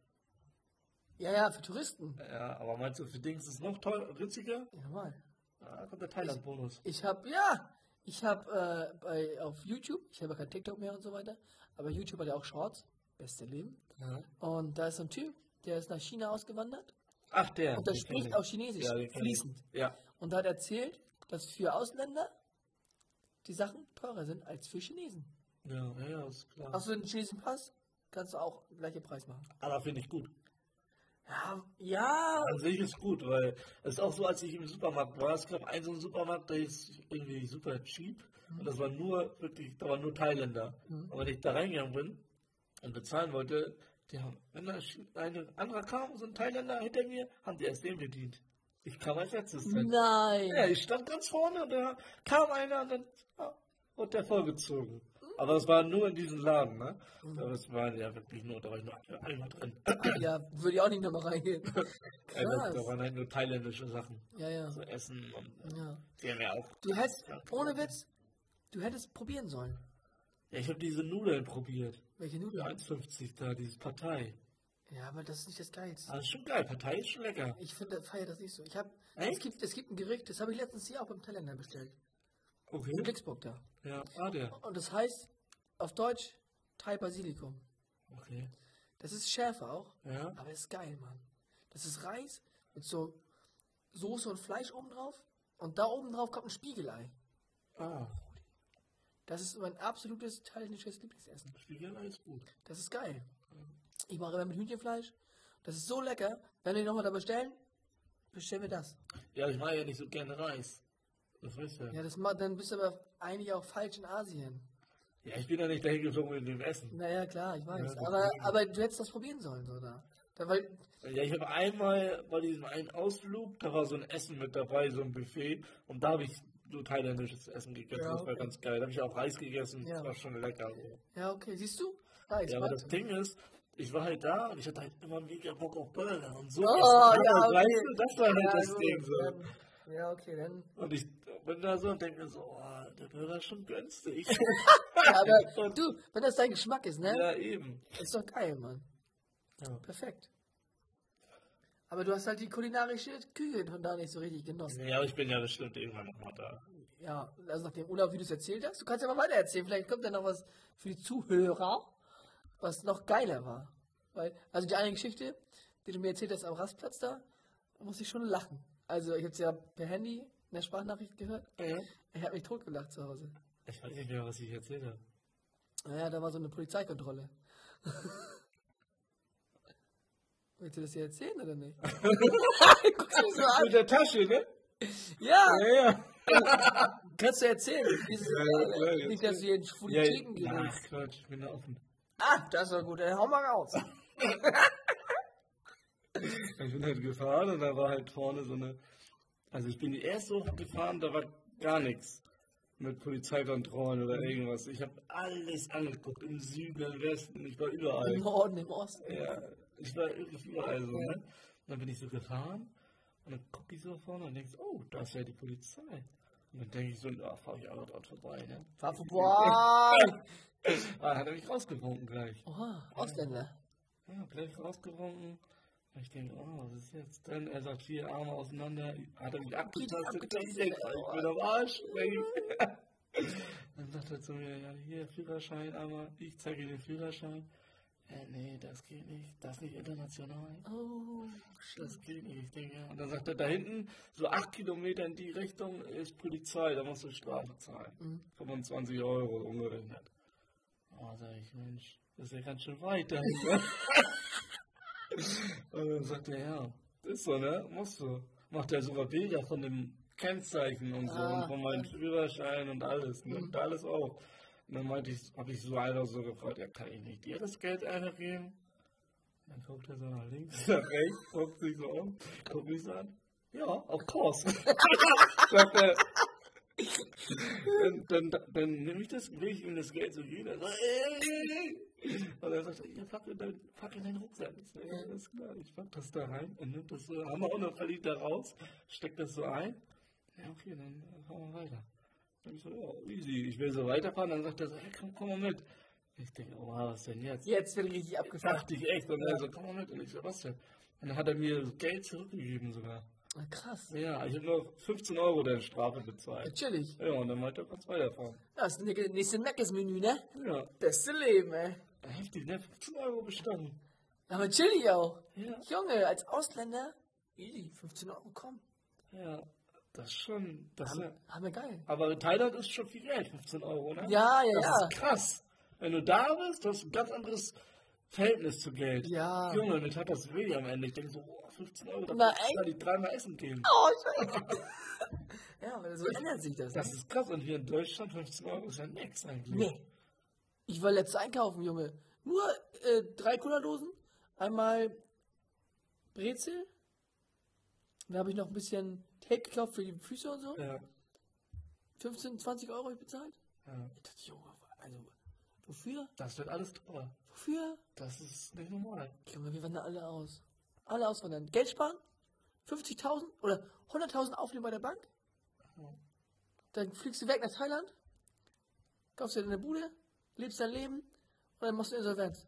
Speaker 1: Ja, ja, für Touristen.
Speaker 2: Ja, aber meinst du, für Dings ist es noch teurer, günstiger?
Speaker 1: Ja, normal.
Speaker 2: Ja, Da kommt der Thailand-Bonus.
Speaker 1: Ich habe, ja, ich habe äh, bei- auf YouTube, ich habe ja kein TikTok mehr und so weiter, aber YouTube hat ja auch Shorts, beste Leben.
Speaker 2: Ja.
Speaker 1: Und da ist so ein Typ, der ist nach China ausgewandert
Speaker 2: Ach, der.
Speaker 1: und der
Speaker 2: den kenn
Speaker 1: spricht
Speaker 2: ich.
Speaker 1: auch Chinesisch
Speaker 2: Ja, den kenn ich.
Speaker 1: fließend.
Speaker 2: Ja.
Speaker 1: Und hat erzählt, dass für Ausländer die Sachen teurer sind als für Chinesen.
Speaker 2: Ja, ja, ja, ist klar.
Speaker 1: Hast du einen chinesischen Pass, kannst du auch gleiche Preis machen.
Speaker 2: Aber finde ich gut.
Speaker 1: Ja, ja,
Speaker 2: An sich ist gut, weil es ist auch so, als ich im Supermarkt war, es gab einen so einen Supermarkt, der ist irgendwie super cheap und das war nur wirklich, da waren nur Thailänder.
Speaker 1: Mhm.
Speaker 2: Und wenn ich da reingegangen bin und bezahlen wollte, die haben, wenn da Chi- ein anderer kam, so ein Thailänder hinter mir, haben die erst den bedient. Ich kam als letztes drin. Ja,
Speaker 1: nein.
Speaker 2: ich stand ganz vorne und da kam einer und dann ah, wurde der vorgezogen. Aber es war nur in diesem Laden, ne?
Speaker 1: Mhm.
Speaker 2: Aber es waren ja wirklich nur, da war ich nur einmal drin.
Speaker 1: Ja, würde ich auch nicht nochmal reingehen.
Speaker 2: Ja, da, da
Speaker 1: Krass.
Speaker 2: waren halt nur thailändische Sachen.
Speaker 1: Ja, ja.
Speaker 2: So Essen und
Speaker 1: ja.
Speaker 2: die haben ja auch.
Speaker 1: Du hättest, ohne Witz, du hättest probieren sollen.
Speaker 2: Ja, ich habe diese Nudeln probiert.
Speaker 1: Welche
Speaker 2: Die
Speaker 1: Nudeln?
Speaker 2: 1,50 da, dieses Partei.
Speaker 1: Ja, aber das ist nicht das Geilste.
Speaker 2: Ah, ist schon geil, Partei ist schon lecker.
Speaker 1: Ich finde, feiere das nicht so. Ich habe,
Speaker 2: Echt?
Speaker 1: es gibt, es gibt ein Gericht, das habe ich letztens hier auch beim Thailänder bestellt. In
Speaker 2: Okay.
Speaker 1: Glücksburg da.
Speaker 2: Ja, ah, der.
Speaker 1: Und das heißt auf Deutsch Thai Basilikum.
Speaker 2: Okay.
Speaker 1: Das ist schärfer auch,
Speaker 2: Ja.
Speaker 1: aber ist geil, Mann. Das ist Reis mit so Soße und Fleisch obendrauf und da oben drauf kommt ein Spiegelei.
Speaker 2: Ah,
Speaker 1: Das ist mein absolutes thailändisches Lieblingsessen.
Speaker 2: Spiegelei ist gut.
Speaker 1: Das ist geil. Ich mache immer mit Hühnchenfleisch. Das ist so lecker. Wenn wir nochmal da bestellen, bestellen wir das.
Speaker 2: Ja, ich mag ja nicht so gerne Reis. Das weißt du ja.
Speaker 1: Ja, das macht, dann bist du aber eigentlich auch falsch in Asien.
Speaker 2: Ja, ich bin ja nicht dahin geflogen wegen dem Essen.
Speaker 1: Naja, klar, ich weiß.
Speaker 2: Ja,
Speaker 1: aber,
Speaker 2: deswegen.
Speaker 1: aber du hättest das probieren sollen, so da. da weil,
Speaker 2: Ja, ich habe einmal bei diesem einen Ausflug, da war so ein Essen mit dabei, so ein Buffet, und da habe ich so thailändisches Essen gegessen,
Speaker 1: Ja,
Speaker 2: das war
Speaker 1: okay.
Speaker 2: ganz geil. Da habe ich auch Reis gegessen,
Speaker 1: Ja.
Speaker 2: das war schon lecker. So.
Speaker 1: ja, okay, siehst du? Ah, Reis,
Speaker 2: Ja, aber das
Speaker 1: warte.
Speaker 2: Ding ist, ich war halt da und ich hatte halt immer mega Bock auf Burger und so.
Speaker 1: Oh,
Speaker 2: was.
Speaker 1: ja,
Speaker 2: Weißt
Speaker 1: okay.
Speaker 2: du, das war halt
Speaker 1: Ja,
Speaker 2: das
Speaker 1: gut,
Speaker 2: Ding so.
Speaker 1: dann- ja, okay, dann.
Speaker 2: Und ich bin da so und denke mir so, oh, der Burger ist schon günstig.
Speaker 1: Ja, aber du, wenn das dein Geschmack ist, ne?
Speaker 2: ja, eben.
Speaker 1: Ist doch geil, Mann.
Speaker 2: Ja.
Speaker 1: Perfekt. Aber du hast halt die kulinarische Küche da nicht so richtig genossen.
Speaker 2: Ja, aber ich bin ja bestimmt irgendwann nochmal da.
Speaker 1: Ja, also nach dem Urlaub, wie du es erzählt hast, du kannst ja mal weiter erzählen. Vielleicht kommt ja noch was für die Zuhörer, was noch geiler war. Weil, also die eine Geschichte, die du mir erzählt hast am Rastplatz da, musste ich schon lachen. Also ich habe es ja per Handy in der Sprachnachricht gehört. Ich habe mich totgelacht zu Hause.
Speaker 2: Ich weiß nicht mehr, was ich erzählt habe.
Speaker 1: Naja, da war so eine Polizeikontrolle. Willst du das dir erzählen oder nicht? Guckst du mich so an?
Speaker 2: Mit der Tasche, ne?
Speaker 1: Ah, Ja,
Speaker 2: Ja, ja.
Speaker 1: kannst du erzählen. Dieses-
Speaker 2: Ja, ja,
Speaker 1: Nicht, dass du hier in schwulen
Speaker 2: ja,
Speaker 1: Gegend
Speaker 2: ja.
Speaker 1: gehst.
Speaker 2: Ach, Quatsch, ich bin da offen.
Speaker 1: Ah, das ist doch gut. Dann hau mal raus.
Speaker 2: Ich bin halt gefahren und da war halt vorne so eine. Also ich bin die erste Woche gefahren, da war gar nichts mit Polizeikontrollen oder irgendwas. Ich habe alles angeguckt, im Süden, im Westen, ich war
Speaker 1: Im
Speaker 2: überall.
Speaker 1: Norden, im Osten.
Speaker 2: Ja, ich war wirklich überall so, ne? Und dann bin ich so gefahren und dann guck ich so vorne und denk, oh, da ist ja die Polizei. Und dann denke ich so, ah, fahr ich auch dort vorbei, ne?
Speaker 1: Fahr vorbei.
Speaker 2: Ah, hat er mich rausgewunken gleich.
Speaker 1: Oha, Ausländer.
Speaker 2: Ja, gleich rausgewunken. Und ich denke, oh, was ist jetzt denn? Er sagt, vier Arme auseinander. Hat er mich abgetastet? Ich denke, ich bin am Arsch. Dann sagt er zu mir, ja, hier, Führerschein, aber ich zeige dir den Führerschein. Äh, nee, das geht nicht. Das ist nicht international.
Speaker 1: Oh,
Speaker 2: Das geht nicht, ich denke, ja. Und dann sagt er, da hinten, so acht Kilometer in die Richtung ist Polizei, da musst du Strafe zahlen.
Speaker 1: Hm.
Speaker 2: 25 Euro umgerechnet. Oh, sag ich, Mensch, das ist ja ganz schön weit da. Und dann sagt er, ja, ist so, ne? Musst du. Macht er sogar Bilder von dem Kennzeichen und so
Speaker 1: Ah.
Speaker 2: und von meinem Führerschein und alles, ne? Und alles auch. Und dann meinte ich, habe ich so einer so gefragt, ja, kann ich nicht dir das Geld einfach geben? Dann guckt er so nach links, nach rechts, guckt sich so um, guckt mich so an. Ja, of course. Sagt er, dann, dann, dann nehme ich das, will ich ihm das Geld so geben. Dann so, ey. Und dann sagt er, ja, pack in, dein, pack in deinen Rucksack. Ich so, ja, alles klar, ich pack das da rein und nimm das so, Hammer und dann verliebt da raus, steck das so ein. Ja, okay, dann fahren wir weiter. Dann ich so, ja, easy, ich will so weiterfahren. Dann sagt er so, hey, komm, komm mal mit. Ich denke, oh, was denn jetzt?
Speaker 1: jetzt bin ich richtig abgefahren.
Speaker 2: dachte ich echt. Und er so, komm mal mit. Und ich so, was denn? Und dann hat er mir das Geld zurückgegeben sogar.
Speaker 1: Ah, Krass.
Speaker 2: Ja, Also ich habe nur 15 Euro der Strafe bezahlt.
Speaker 1: Natürlich.
Speaker 2: Ja, und dann meinte er, kannst weiterfahren.
Speaker 1: Das ist nä- nächste Meckes-Menü, ne?
Speaker 2: Ja,
Speaker 1: Beste Leben, ey.
Speaker 2: heftig, ne? 15 Euro bestanden.
Speaker 1: Aber chillig auch.
Speaker 2: Ja.
Speaker 1: Junge, als Ausländer, easy, 15 Euro, komm.
Speaker 2: Ja, das ist schon. Das ist,
Speaker 1: Haben, haben wir geil.
Speaker 2: aber in Thailand ist schon viel Geld, 15 Euro, ne?
Speaker 1: Ja, ja,
Speaker 2: Das
Speaker 1: ja.
Speaker 2: ist krass. Wenn du da bist, hast du ein ganz anderes Verhältnis zu Geld.
Speaker 1: Ja.
Speaker 2: Junge, mir tat das weh am Ende. Ich denke so, oh, 15 Euro, da
Speaker 1: Na,
Speaker 2: kann ich dreimal essen gehen.
Speaker 1: Oh, Scheiße. ja, aber so ändert sich das.
Speaker 2: Das ist krass. Und hier in Deutschland 15 Euro ist ja nichts eigentlich.
Speaker 1: Nee. Ich war letztes einkaufen, Junge. Nur äh, drei Cola-Dosen, einmal Brezel. Dann habe ich noch ein bisschen Tape gekauft für die Füße und so.
Speaker 2: Ja,
Speaker 1: 15, 20 Euro hab ich bezahlt.
Speaker 2: ja.
Speaker 1: Ich dachte, Junge, also, wofür?
Speaker 2: Das wird alles teuer.
Speaker 1: Wofür?
Speaker 2: Das ist nicht normal.
Speaker 1: Junge, wir wandern alle aus. Alle auswandern. Geld sparen? 50.000 oder 100.000 aufnehmen bei der Bank? Dann fliegst du weg nach Thailand, kaufst dir deine Bude, lebst dein Leben und dann machst du Insolvenz.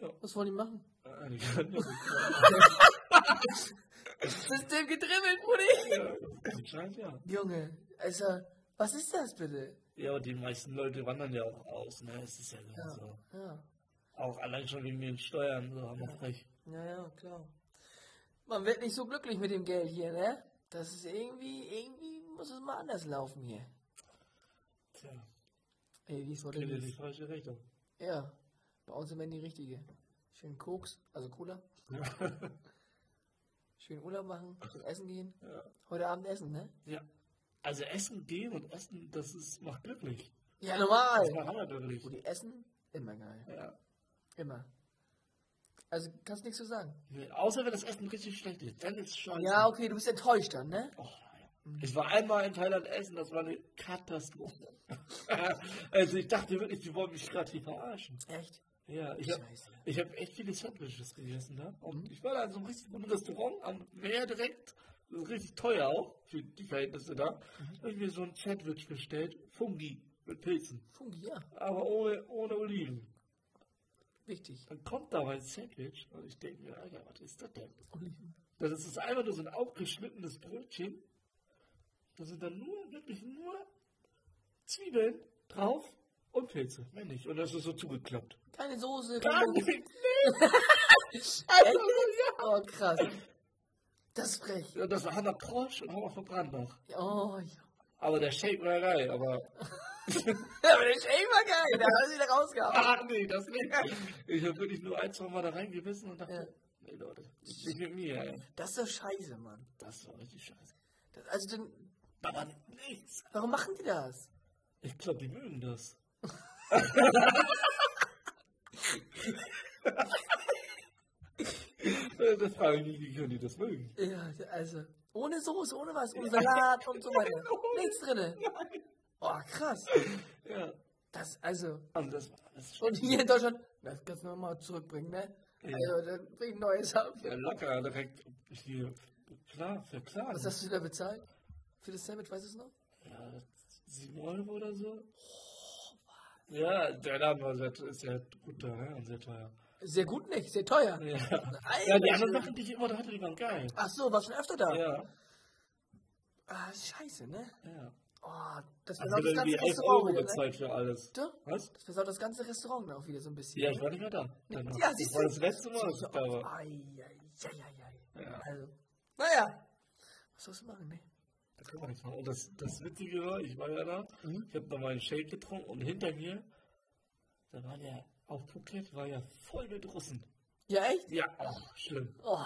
Speaker 2: Ja.
Speaker 1: Was wollen die machen?
Speaker 2: Äh, ich kann nicht.
Speaker 1: System gedribbelt, Brudi!
Speaker 2: Ja, Anscheinend ja.
Speaker 1: Junge, also, was ist das bitte?
Speaker 2: Ja, aber die meisten Leute wandern ja auch aus, ne? Es ist ja, ja. so.
Speaker 1: Ja,
Speaker 2: Auch allein schon wegen den Steuern, so haben wir recht.
Speaker 1: naja, klar. Man wird nicht so glücklich mit dem Geld hier, ne? Das ist irgendwie, irgendwie muss es mal anders laufen hier.
Speaker 2: Tja,
Speaker 1: Ey, wie ist heute
Speaker 2: geht in die falsche Richtung.
Speaker 1: Ja, bei uns immer in die richtige. Schön Koks, also Cola. Schön Urlaub machen, schön essen gehen. Heute Abend essen, ne?
Speaker 2: Ja. Also Essen gehen und Essen, das ist, macht glücklich.
Speaker 1: Ja,
Speaker 2: Das
Speaker 1: normal.
Speaker 2: macht hammer glücklich.
Speaker 1: Und die Essen, immer geil.
Speaker 2: Ja.
Speaker 1: Immer. Also kannst nichts zu sagen.
Speaker 2: Nee, außer wenn das Essen richtig schlecht ist, dann ist es scheiße.
Speaker 1: Ja, okay, du bist enttäuscht dann, ne?
Speaker 2: Oh, ja. ich war einmal in Thailand essen, das war eine Katastrophe. also ich dachte wirklich, die wollen mich gerade hier verarschen.
Speaker 1: Echt?
Speaker 2: Ja, ich habe
Speaker 1: Scheiße.
Speaker 2: ich hab echt viele Sandwiches gegessen da. Und ich war da in so einem richtig guten Restaurant am Meer direkt. Das ist richtig teuer auch für die Verhältnisse da. Habe ich mir so ein Sandwich bestellt. Fungi mit Pilzen.
Speaker 1: Fungi, ja.
Speaker 2: Aber ohne, ohne Oliven.
Speaker 1: Wichtig.
Speaker 2: Dann kommt da mein Sandwich und ich denke mir, Alter, was ist das denn?
Speaker 1: Oliven.
Speaker 2: Das ist das einfach nur so ein aufgeschnittenes Brötchen. Da sind dann nur, wirklich nur Zwiebeln drauf und Pilze. Männlich. Und das ist so zugeklappt.
Speaker 1: Keine Soße,
Speaker 2: Gar
Speaker 1: keine
Speaker 2: nichts.
Speaker 1: Echt? Oh, krass. Das ist frech.
Speaker 2: Ja, das war Hanna Krosch und Hauer von Brandbach.
Speaker 1: Oh, ja.
Speaker 2: Aber der Shape war geil, aber.
Speaker 1: Aber der Shave war geil. Da hat sie wieder rausgehauen.
Speaker 2: Ah, nee, das nicht. Ich habe wirklich nur ein, zwei Mal da reingebissen und dachte, nee, Leute, nicht mit mir, ey.
Speaker 1: Das ist doch scheiße, Mann.
Speaker 2: Das war richtig scheiße.
Speaker 1: Das, also, dann,
Speaker 2: Aber nichts.
Speaker 1: warum machen die das?
Speaker 2: Ich glaube, die mögen das. das frage ich mich, wie können die das mögen?
Speaker 1: Ja, also, ohne Soße, ohne was, ohne Salat und so weiter.
Speaker 2: Ohne-
Speaker 1: Nichts drinne. Oh, krass.
Speaker 2: Ja,
Speaker 1: Das, also,
Speaker 2: und das war alles schon
Speaker 1: und hier in Deutschland, das kannst du nochmal zurückbringen, ne?
Speaker 2: Ja.
Speaker 1: Also, dann bring ein neues ab.
Speaker 2: ja, locker, direkt hier. Klar, für klar.
Speaker 1: Was hast du da bezahlt? Für das Sandwich, weißt du es noch?
Speaker 2: Ja, 7 Euro oder so.
Speaker 1: Oh,
Speaker 2: Ja, der Laden war sehr, ist ja gut da, ne? Und sehr teuer.
Speaker 1: Sehr gut nicht, sehr teuer.
Speaker 2: Ja.
Speaker 1: Alter.
Speaker 2: ja, die anderen Sachen, die ich immer da hatte, die waren geil.
Speaker 1: Ach so, war schon öfter da.
Speaker 2: Ja,
Speaker 1: Ah, scheiße, ne?
Speaker 2: ja.
Speaker 1: Oh, das
Speaker 2: Also
Speaker 1: versaut das
Speaker 2: dann die
Speaker 1: ganze
Speaker 2: 11 Euro
Speaker 1: Restaurant wieder, ne?
Speaker 2: bezahlt für alles.
Speaker 1: Du?
Speaker 2: Was?
Speaker 1: Das versaut das ganze Restaurant auch wieder so ein bisschen. ne?
Speaker 2: Ja, ich war nicht mehr da. Danach.
Speaker 1: Ja,
Speaker 2: das
Speaker 1: siehst
Speaker 2: war
Speaker 1: du. oh,
Speaker 2: das letzte Mal, dass ich da war.
Speaker 1: Ja.
Speaker 2: Ja.
Speaker 1: Also, naja. Was sollst du machen, ne?
Speaker 2: Da kann man nichts machen. Und das, das Witzige war, ich war ja da,
Speaker 1: Mhm.
Speaker 2: ich habe noch meinen Shake getrunken und hinter mir, da war der auf Phuket, war ja voll mit Russen.
Speaker 1: Ja, echt?
Speaker 2: Ja, ach, schlimm.
Speaker 1: Oh.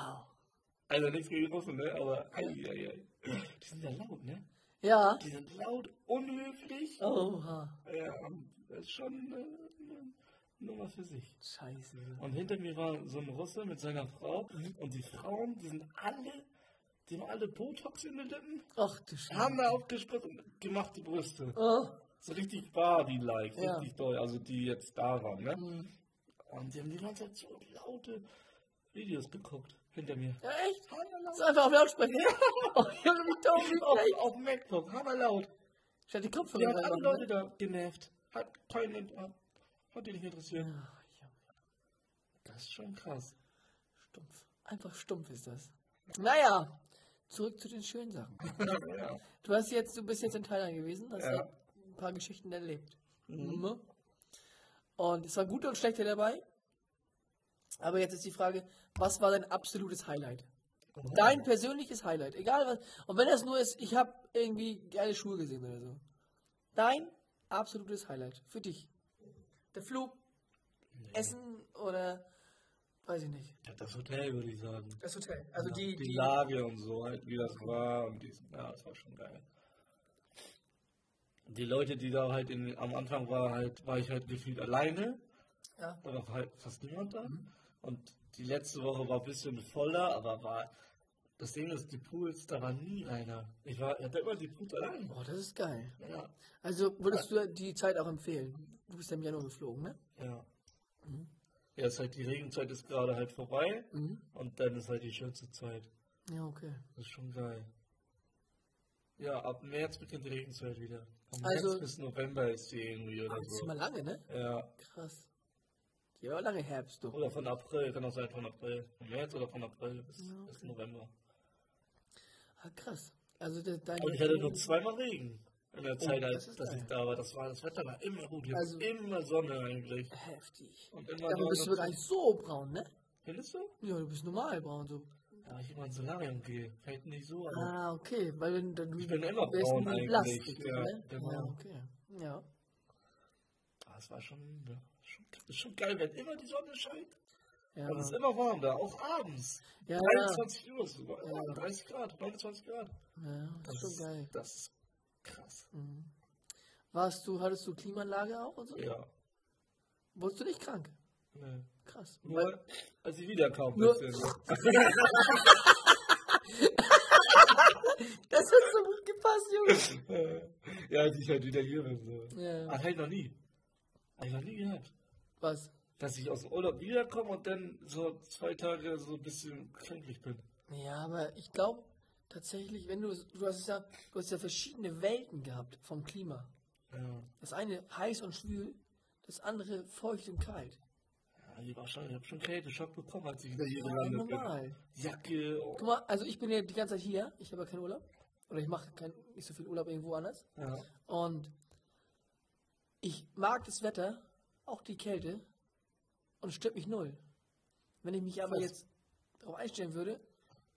Speaker 2: Also nichts gegen die Russen, ne? Aber ei, ei, ei. die sind ja laut, ne?
Speaker 1: Ja.
Speaker 2: Die sind laut, unhöflich.
Speaker 1: Oha.
Speaker 2: Ja, das ist schon äh, eine Nummer für sich.
Speaker 1: Scheiße.
Speaker 2: Und hinter mir war so ein Russe mit seiner Frau und die Frauen, die sind alle, die haben alle Botox in den Lippen,
Speaker 1: Ach du Scheiße.
Speaker 2: haben da aufgespritzt und gemachte Brüste.
Speaker 1: Oh.
Speaker 2: So richtig Barbie-like,
Speaker 1: Ja.
Speaker 2: richtig doll, also die jetzt da waren, ne?
Speaker 1: Mhm.
Speaker 2: Und die haben die ganze Zeit so laute Videos geguckt hinter mir.
Speaker 1: Ja, echt? Ist einfach auf Lautsprecher. Oh, ich hab mich da
Speaker 2: Auf,
Speaker 1: umgekriegt.
Speaker 2: auf dem MacBook, hammerlaut.
Speaker 1: Ich hatte die
Speaker 2: Die
Speaker 1: Kopfhörer
Speaker 2: hat alle
Speaker 1: dran,
Speaker 2: Leute
Speaker 1: ne?
Speaker 2: da genervt. Hat keinen, hat, hat die nicht interessiert.
Speaker 1: Ach, ja.
Speaker 2: Das ist schon krass.
Speaker 1: Stumpf. Einfach stumpf ist das. Naja. Zurück zu den schönen Sachen.
Speaker 2: ja.
Speaker 1: Du hast jetzt, du bist jetzt in Thailand gewesen, hast
Speaker 2: Ja.
Speaker 1: ja. ein paar Geschichten erlebt. Mhm. Und es war gute und schlechte dabei. Aber jetzt ist die Frage, was war dein absolutes Highlight? Dein persönliches Highlight, egal was. Und wenn das nur ist, ich habe irgendwie geile Schuhe gesehen oder so. Dein absolutes Highlight für dich. Der Flug, Essen oder weiß ich nicht.
Speaker 2: Ja, Das Hotel würde ich sagen.
Speaker 1: Das Hotel. Also
Speaker 2: ja,
Speaker 1: die, die,
Speaker 2: Lage und so, halt, wie das war und die, ja, das war schon geil. Die Leute, die da halt in, am Anfang war, halt, war ich halt gefühlt alleine.
Speaker 1: ja.
Speaker 2: Da war halt fast niemand da. Und die letzte Woche war ein bisschen voller, aber war. Das Ding ist, die Pools, da war nie einer. Ich war, ich hatte immer die Pools allein.
Speaker 1: Boah, das ist geil.
Speaker 2: Ja.
Speaker 1: Also würdest du die Zeit auch empfehlen? Du bist ja im Januar geflogen, ne?
Speaker 2: Ja. Ja, ist halt die Regenzeit ist gerade halt vorbei
Speaker 1: Mhm.
Speaker 2: und dann ist halt die schönste Zeit.
Speaker 1: Ja, okay.
Speaker 2: Das ist schon geil. Ja, ab März beginnt die Regenzeit wieder. Ab
Speaker 1: Also-
Speaker 2: März bis November ist die irgendwie
Speaker 1: Ah,
Speaker 2: oder
Speaker 1: Das ist
Speaker 2: so.
Speaker 1: immer lange, ne?
Speaker 2: Ja.
Speaker 1: Krass. Ja, aber lange Herbst, du.
Speaker 2: Oder von April, kann auch sein von April. Von März oder von April bis,
Speaker 1: Ja,
Speaker 2: bis
Speaker 1: okay.
Speaker 2: November.
Speaker 1: Ah, krass. Also, de, dein.
Speaker 2: Und ich hatte nur zweimal Regen in der Zeit,
Speaker 1: das
Speaker 2: als
Speaker 1: ist
Speaker 2: dass
Speaker 1: geil.
Speaker 2: ich da war. Das war das Wetter war immer gut. Hier
Speaker 1: Also-
Speaker 2: also, immer Sonne eigentlich.
Speaker 1: Heftig.
Speaker 2: Und immer
Speaker 1: Dafür bist du gar nicht so braun, ne?
Speaker 2: Findest du?
Speaker 1: Ja, du bist normal braun, so.
Speaker 2: Ja, weil ich immer ins Solarium gehe. Fällt nicht so an.
Speaker 1: Ah, okay. Weil wenn du.
Speaker 2: Ich bin immer braun eigentlich, ja,
Speaker 1: ne?
Speaker 2: genau.
Speaker 1: Ja, okay. Ja.
Speaker 2: Ah, es war schon, ja, schon, ist schon geil, wenn immer die Sonne scheint.
Speaker 1: Ja,
Speaker 2: Und es ist immer warm da, auch abends.
Speaker 1: ja, ja.
Speaker 2: 23 Uhr ist sogar,
Speaker 1: Ja.
Speaker 2: 30 Grad, 29 Grad.
Speaker 1: ja das ist schon geil.
Speaker 2: Das ist krass.
Speaker 1: Mhm. Warst du, hattest du Klimaanlage auch und so?
Speaker 2: Ja.
Speaker 1: Wurdest du nicht krank?
Speaker 2: Nee.
Speaker 1: Krass. Weil-
Speaker 2: Nur, als ich wiederkam,
Speaker 1: Mhm. Nur-
Speaker 2: bisschen.
Speaker 1: Das hat so gut gepasst, Junge.
Speaker 2: ja, als ich halt wieder hier bin. So.
Speaker 1: Ja.
Speaker 2: Ach, halt noch nie. Hab ich noch nie gehabt.
Speaker 1: Was?
Speaker 2: Dass ich aus dem Urlaub wiederkomme und dann so zwei Tage so ein bisschen kränklich bin.
Speaker 1: Ja, aber ich glaube tatsächlich, wenn du, du hast es ja, du hast ja verschiedene Welten gehabt vom Klima.
Speaker 2: Ja.
Speaker 1: Das eine heiß und schwül, das andere feucht und kalt.
Speaker 2: Ja, ich, war schon, ich hab schon Kälteschock bekommen, als ich wieder hier
Speaker 1: Ja,
Speaker 2: gelandet bin.
Speaker 1: normal.
Speaker 2: Jacke. Oh.
Speaker 1: Guck mal, also ich bin ja die ganze Zeit hier, ich habe ja keinen Urlaub. Oder ich mache kein, nicht so viel Urlaub irgendwo anders.
Speaker 2: Ja.
Speaker 1: Und ich mag das Wetter, auch die Kälte und es stört mich null. Wenn ich mich aber
Speaker 2: Fast.
Speaker 1: jetzt darauf einstellen würde,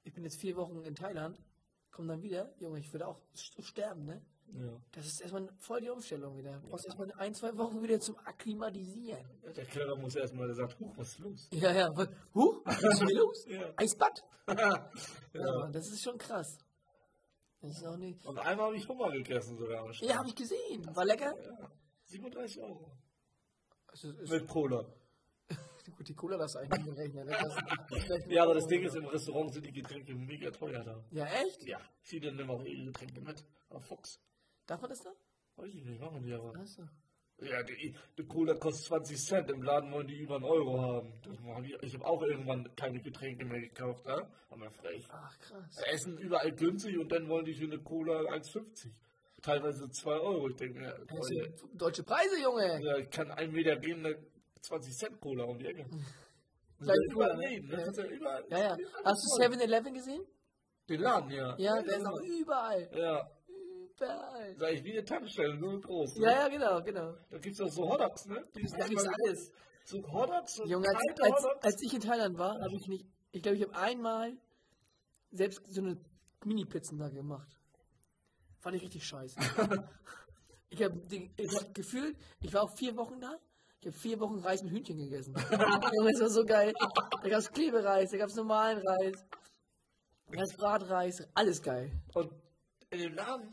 Speaker 1: ich bin jetzt vier Wochen in Thailand, komme dann wieder, Junge, ich würde auch st- sterben, ne?
Speaker 2: Ja.
Speaker 1: Das ist erstmal voll die Umstellung wieder. Du brauchst erstmal ein, zwei Wochen wieder zum Akklimatisieren.
Speaker 2: Der Kletterer muss erstmal, der sagt, huch, was ist los?
Speaker 1: Ja, ja. wa- Huh? Was ist hier los?
Speaker 2: Ja.
Speaker 1: Eisbad? Ja.
Speaker 2: ja.
Speaker 1: Mann, das ist schon krass. Das ist auch nicht.
Speaker 2: Und einmal habe ich Hummer gegessen sogar. am
Speaker 1: Ja,
Speaker 2: Strand.
Speaker 1: habe ich gesehen. War lecker.
Speaker 2: Ja. 37 Euro.
Speaker 1: Also, ist,
Speaker 2: Mit Cola.
Speaker 1: gut, die Cola darfst du eigentlich nicht rechnen. Ne? Das,
Speaker 2: Ja, aber das Ding ist, im Restaurant sind die Getränke mega teuer da.
Speaker 1: Ja, echt?
Speaker 2: Ja, viele nehmen auch ihre Getränke mit. Aber Fuchs,
Speaker 1: Darf man das da?
Speaker 2: weiß ich nicht, machen die aber.
Speaker 1: Achso.
Speaker 2: Ja, die, die Cola kostet 20 Cent, im Laden wollen die über einen Euro haben. Das machen die. Ich habe auch irgendwann keine Getränke mehr gekauft, ja? aber frech.
Speaker 1: Ach, krass.
Speaker 2: Essen überall günstig und dann wollen die für eine Cola 1,50. Teilweise 2 Euro. Ich denke, mir,
Speaker 1: Das
Speaker 2: Leute,
Speaker 1: sind deutsche Preise, Junge.
Speaker 2: ja, Also, ich kann einen Meter gehen, eine 20 Cent Cola um die Ecke. Das
Speaker 1: Gleich
Speaker 2: ist ja überall,
Speaker 1: überall,
Speaker 2: ne? das ist ja überall.
Speaker 1: Ja, ja. Hast du 7-Eleven gesehen?
Speaker 2: Den Laden, ja.
Speaker 1: Ja, der ist auch überall.
Speaker 2: Ja,
Speaker 1: Überall.
Speaker 2: sag ich, wie eine Tankstelle, nur groß. Ne?
Speaker 1: Ja, ja, genau, genau.
Speaker 2: Da gibt's auch so Hotdogs, ne? Die
Speaker 1: Da gibt's
Speaker 2: einmal-
Speaker 1: alles.
Speaker 2: So Hotdogs, so
Speaker 1: Junge, als,
Speaker 2: kalte
Speaker 1: als,
Speaker 2: Hotdogs.
Speaker 1: als ich in Thailand war, habe ich nicht. Ich glaube, ich habe einmal selbst so eine Mini-Pizzen da gemacht. Fand ich richtig scheiße. ich habe hab gefühlt, ich war auch vier Wochen da. Ich habe vier Wochen Reis mit Hühnchen gegessen. Junge, das war so geil. Da gab es Klebereis, da gab es normalen Reis. Da gab es Bratreis. Alles geil.
Speaker 2: Und in dem Laden,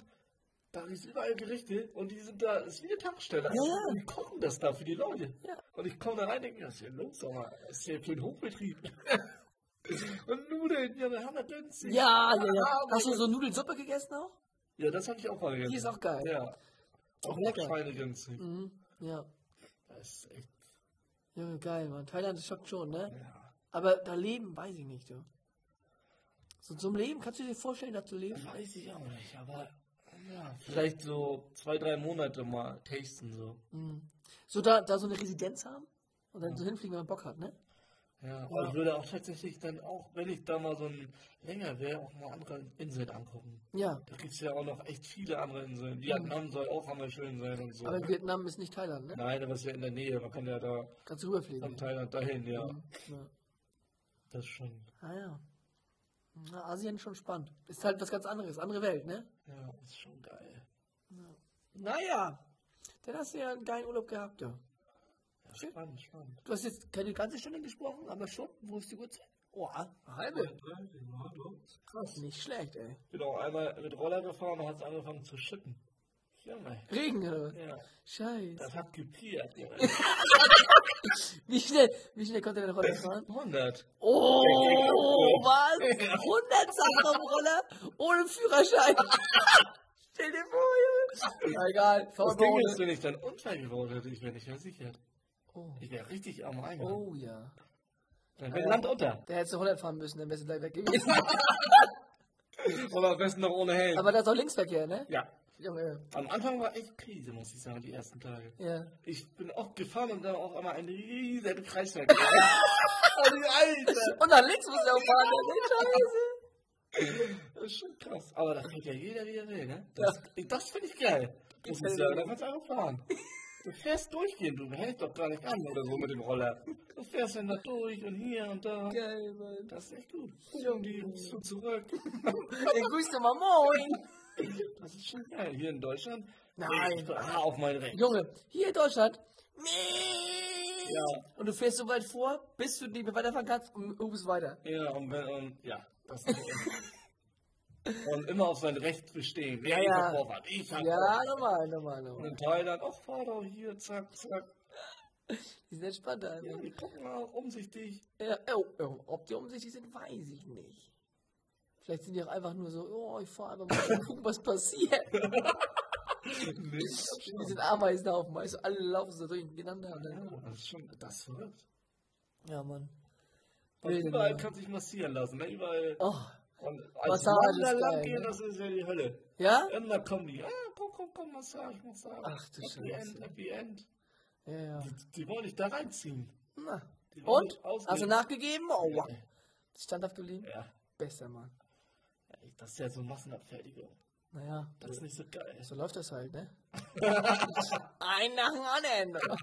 Speaker 2: da gibt's überall Gerichte und die sind da, ist wie eine Tankstelle.
Speaker 1: Ja.
Speaker 2: Und die kochen das da für die Leute.
Speaker 1: Ja.
Speaker 2: Und ich komme da rein und denke mir, was ist hier los, sag mal? Das ist hier für ein Hochbetrieb. und Nudeln, ja, wir haben ja günstig.
Speaker 1: Ja, ja, ja.
Speaker 2: Ah,
Speaker 1: Hast du so Nudelsuppe gegessen auch?
Speaker 2: Ja, das habe ich auch mal gegessen.
Speaker 1: Die ist auch geil.
Speaker 2: Ja. Auch
Speaker 1: lecker.
Speaker 2: Schweine günstig.
Speaker 1: Mhm. Ja.
Speaker 2: Das ist echt,
Speaker 1: Junge, geil, Mann. Thailand ist schockt schon, ne?
Speaker 2: ja.
Speaker 1: Aber da leben, weiß ich nicht, du. So zum Leben, kannst du dir vorstellen, da zu leben?
Speaker 2: Weiß ich auch nicht, aber ja, vielleicht so zwei, drei Monate mal tasten so.
Speaker 1: Mhm. So da, da so eine Residenz haben und dann so hinfliegen, wenn man Bock hat, ne?
Speaker 2: Ja, aber ich würde auch tatsächlich dann auch, wenn ich da mal so ein länger wäre, auch mal andere Inseln angucken.
Speaker 1: Ja.
Speaker 2: Da gibt es ja auch noch echt viele andere Inseln. Vietnam soll auch einmal schön sein und so.
Speaker 1: Aber Vietnam ist nicht Thailand, ne?
Speaker 2: Nein, aber es ist ja in der Nähe. Man kann ja da
Speaker 1: Kannst du
Speaker 2: von
Speaker 1: rüberfliegen.
Speaker 2: Thailand dahin, ja.
Speaker 1: Ja.
Speaker 2: Das schon.
Speaker 1: Ah ja. Na, Asien ist schon spannend. Ist halt was ganz anderes, andere Welt, ne?
Speaker 2: Ja, ist schon geil.
Speaker 1: Naja, dann hast du ja einen geilen Urlaub gehabt, ja.
Speaker 2: Ja,
Speaker 1: Schön.
Speaker 2: spannend, spannend.
Speaker 1: Du hast jetzt keine ganze Stunde gesprochen, aber schon. Wo ist die Uhrzeit? Oh, eine halbe.
Speaker 2: Krass.
Speaker 1: Nicht schlecht, ey.
Speaker 2: Ich bin auch einmal mit Roller gefahren und hat es angefangen zu schippen. Junge.
Speaker 1: Regen, oder? was?
Speaker 2: Ja.
Speaker 1: Scheiße.
Speaker 2: Das hat gepiert. Junge.
Speaker 1: Wie schnell, wie schnell konnte er denn heute fahren?
Speaker 2: 100.
Speaker 1: Oh, was? 100 Sachen am Roller ohne Führerschein. Stell dir vor, Junge. Na egal, fahr mal
Speaker 2: Das Ding
Speaker 1: ohne.
Speaker 2: ist, wenn ich dann Unfall geworden hätte, ich wäre nicht versichert.
Speaker 1: Oh.
Speaker 2: Ich wäre richtig am Eimer.
Speaker 1: oh ja.
Speaker 2: Dann wäre Land unter.
Speaker 1: Da hättest du 100 fahren müssen, dann wärst du gleich weg gewesen.
Speaker 2: Oder am besten noch ohne Helm.
Speaker 1: Aber da ist auch Linksverkehr, ne?
Speaker 2: ja,
Speaker 1: Junge.
Speaker 2: am Anfang war echt Krise, muss ich sagen, die ersten Tage.
Speaker 1: Ja.
Speaker 2: Ich bin oft gefahren und dann auch einmal ein riesen Kreiswerk. Alter,
Speaker 1: Und nach links muss er auch fahren. ne? Scheiße.
Speaker 2: das ist schon krass. Aber das kriegt ja jeder, wie er will, ne? Das, das finde ich geil. Das ist ja, da kannst du einfach fahren. Du fährst durchgehend, du hältst doch gar nicht an oder so mit dem Roller. Du fährst dann da durch und hier und da.
Speaker 1: Geil, Mann.
Speaker 2: Das ist echt gut. Irgendwie bist du zurück.
Speaker 1: Ey, grüß doch mal, moin.
Speaker 2: Das ist schon geil. Hier in Deutschland?
Speaker 1: Nein.
Speaker 2: Ich war auf mein Recht.
Speaker 1: Junge, hier in Deutschland. Nee.
Speaker 2: Ja.
Speaker 1: Und du fährst so weit vor, bis du nicht mehr weiterfahren kannst und du bist weiter.
Speaker 2: Ja, und, wenn- und ja, das ist Und immer auf sein Recht bestehen. Ja,
Speaker 1: ja.
Speaker 2: ich hab Vorfahrt, ich hab
Speaker 1: Ja,
Speaker 2: Vorfahrt.
Speaker 1: normal, normal,
Speaker 2: Und
Speaker 1: normal.
Speaker 2: in Thailand, ach, fahr doch hier, zack, zack.
Speaker 1: Die sind entspannt da.
Speaker 2: Ja,
Speaker 1: Ne?
Speaker 2: die gucken auch umsichtig.
Speaker 1: Ja, oh, oh, ob die umsichtig sind, weiß ich nicht. Vielleicht sind die auch einfach nur so, oh, ich fahr einfach mal und gucken, was passiert. Die sind Ameisenhaufen, weißt du, alle laufen so durcheinander.
Speaker 2: Ja,
Speaker 1: Ne?
Speaker 2: das ist schon, das ist verrückt.
Speaker 1: Ja, Mann.
Speaker 2: Und
Speaker 1: Wilde
Speaker 2: überall
Speaker 1: Nummer.
Speaker 2: kann sich massieren lassen, ne? Überall.
Speaker 1: Oh,
Speaker 2: Und als
Speaker 1: Massage
Speaker 2: Mann
Speaker 1: ist
Speaker 2: da lang
Speaker 1: geil,
Speaker 2: gehen,
Speaker 1: ne?
Speaker 2: das ist ja die Hölle.
Speaker 1: ja?
Speaker 2: Immer kommen die, ah, komm, komm, komm, Massage, Massage.
Speaker 1: Ach, du
Speaker 2: Happy
Speaker 1: Scheiße.
Speaker 2: End, Happy End.
Speaker 1: Ja, ja.
Speaker 2: Die, die wollen dich da reinziehen.
Speaker 1: Na.
Speaker 2: Die wollen
Speaker 1: Und?
Speaker 2: dich ausnehmen.
Speaker 1: Hast du nachgegeben? Oh, wow. Standhaft geblieben?
Speaker 2: Ja.
Speaker 1: Bester Mann.
Speaker 2: Ey, Das ist ja so Massenabfertigung.
Speaker 1: Naja,
Speaker 2: Das ist nicht so geil.
Speaker 1: so läuft das halt, ne? Ein nach dem anderen.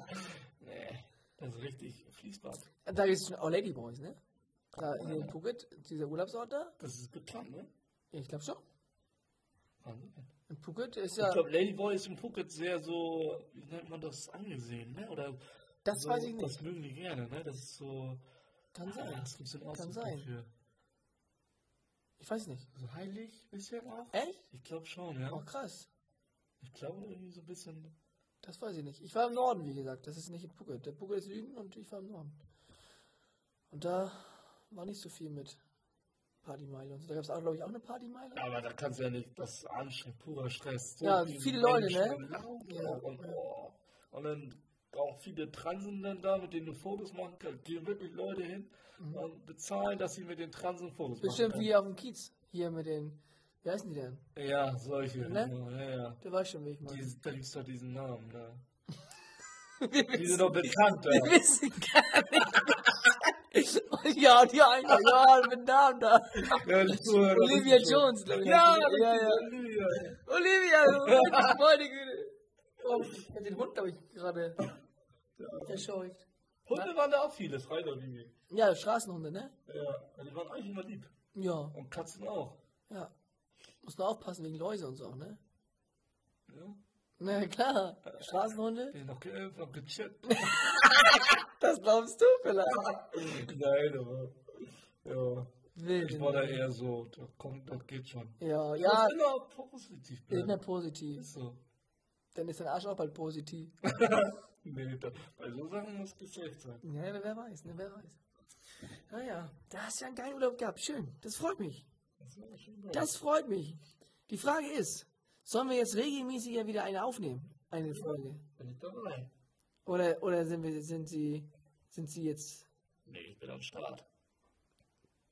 Speaker 2: Nee, das ist richtig Fließband.
Speaker 1: Da gibt es schon auch Ladyboys, ne? Da hier in Phuket, dieser Urlaubsort da.
Speaker 2: Das ist geplant, ne?
Speaker 1: Ich glaube schon.
Speaker 2: Wahnsinn.
Speaker 1: In Phuket ist
Speaker 2: Ich
Speaker 1: ja.
Speaker 2: glaube, Ladyboy ist in Phuket sehr so, wie nennt man das, angesehen, ne? Oder
Speaker 1: Das
Speaker 2: so,
Speaker 1: weiß ich
Speaker 2: Das
Speaker 1: nicht.
Speaker 2: mögen die gerne, ne? Das ist so.
Speaker 1: Kann
Speaker 2: Ah,
Speaker 1: sein.
Speaker 2: es gibt so einen
Speaker 1: Kann
Speaker 2: Ausdruck
Speaker 1: sein.
Speaker 2: dafür.
Speaker 1: Ich weiß nicht.
Speaker 2: So heilig, bisschen auch?
Speaker 1: Echt?
Speaker 2: Ich glaube schon, ja.
Speaker 1: Oh, krass.
Speaker 2: Ich glaube irgendwie so ein bisschen.
Speaker 1: Das weiß ich nicht. Ich war im Norden, wie gesagt. Das ist nicht in Phuket. Der Phuket ist Süden und ich war im Norden. Und da war nicht so viel mit Partymeile und so. Da gab es auch, glaube ich, auch eine Partymeile.
Speaker 2: Aber da kannst du ja nicht, das ist anstrengend, purer Stress. So
Speaker 1: Ja,
Speaker 2: diese
Speaker 1: viele Leute,
Speaker 2: Menschen
Speaker 1: ne?
Speaker 2: laut
Speaker 1: Ja.
Speaker 2: Und, oh. und dann auch viele Transen dann da, mit denen du Fotos machen kannst. Gehen wirklich Leute hin und bezahlen, dass sie mit den Transen Fotos
Speaker 1: Mhm. Bestimmt
Speaker 2: machen.
Speaker 1: wie auf dem Kiez. Hier mit den. Wie heißen die denn?
Speaker 2: Bestimmt wie. Ja, solche.
Speaker 1: Ne?
Speaker 2: genau, Ja, ja.
Speaker 1: Der weiß schon, wie ich meine.
Speaker 2: Die, da gibt's doch diesen Namen, ne?
Speaker 1: Wir
Speaker 2: Die sind doch bekannt, da.
Speaker 1: wissen gar nicht. ja, und hier einer, ja, mit Namen da.
Speaker 2: Ja, die Zuhörer
Speaker 1: Olivia
Speaker 2: wissen schon.
Speaker 1: Jones, glaube ich.
Speaker 2: Ja,
Speaker 1: heißt die. ja, ja. Olivia,
Speaker 2: Olivia.
Speaker 1: du- meine Güte. Oh, ich hab den Hund, glaube ich, gerade verscheucht.
Speaker 2: Hunde waren da auch viele, Freigott-Linie.
Speaker 1: Ja, Straßenhunde, ne?
Speaker 2: Ja, also die waren eigentlich immer lieb.
Speaker 1: Ja,
Speaker 2: Und Katzen auch.
Speaker 1: ja. Muss nur aufpassen wegen Läuse und so, ne?
Speaker 2: Ja.
Speaker 1: Na klar, Straßenhunde.
Speaker 2: Bin ich ne? noch geimpft, noch gecheckt.
Speaker 1: Das glaubst du vielleicht.
Speaker 2: Nein, aber. Ja. Ich war da
Speaker 1: Wild.
Speaker 2: eher so, da kommt, das geht schon.
Speaker 1: Ja,
Speaker 2: Ich
Speaker 1: ja,
Speaker 2: muss immer positiv
Speaker 1: ist ja
Speaker 2: bleiben.
Speaker 1: positiv.
Speaker 2: Ist so.
Speaker 1: Dann ist dein Arsch auch bald positiv.
Speaker 2: Nee, da, bei so Sachen muss geschlecht sein.
Speaker 1: Ja, wer weiß, ne, wer weiß. Naja, da hast du ja einen geilen Urlaub gehabt. Schön, das freut mich.
Speaker 2: Das war schon geil.
Speaker 1: Das freut mich. Die Frage ist, sollen wir jetzt regelmäßiger wieder eine aufnehmen? Eine Folge.
Speaker 2: Bin ich dabei?
Speaker 1: Oder, oder sind wir, sind sie, sind sie jetzt,
Speaker 2: Nee, ich bin am Start.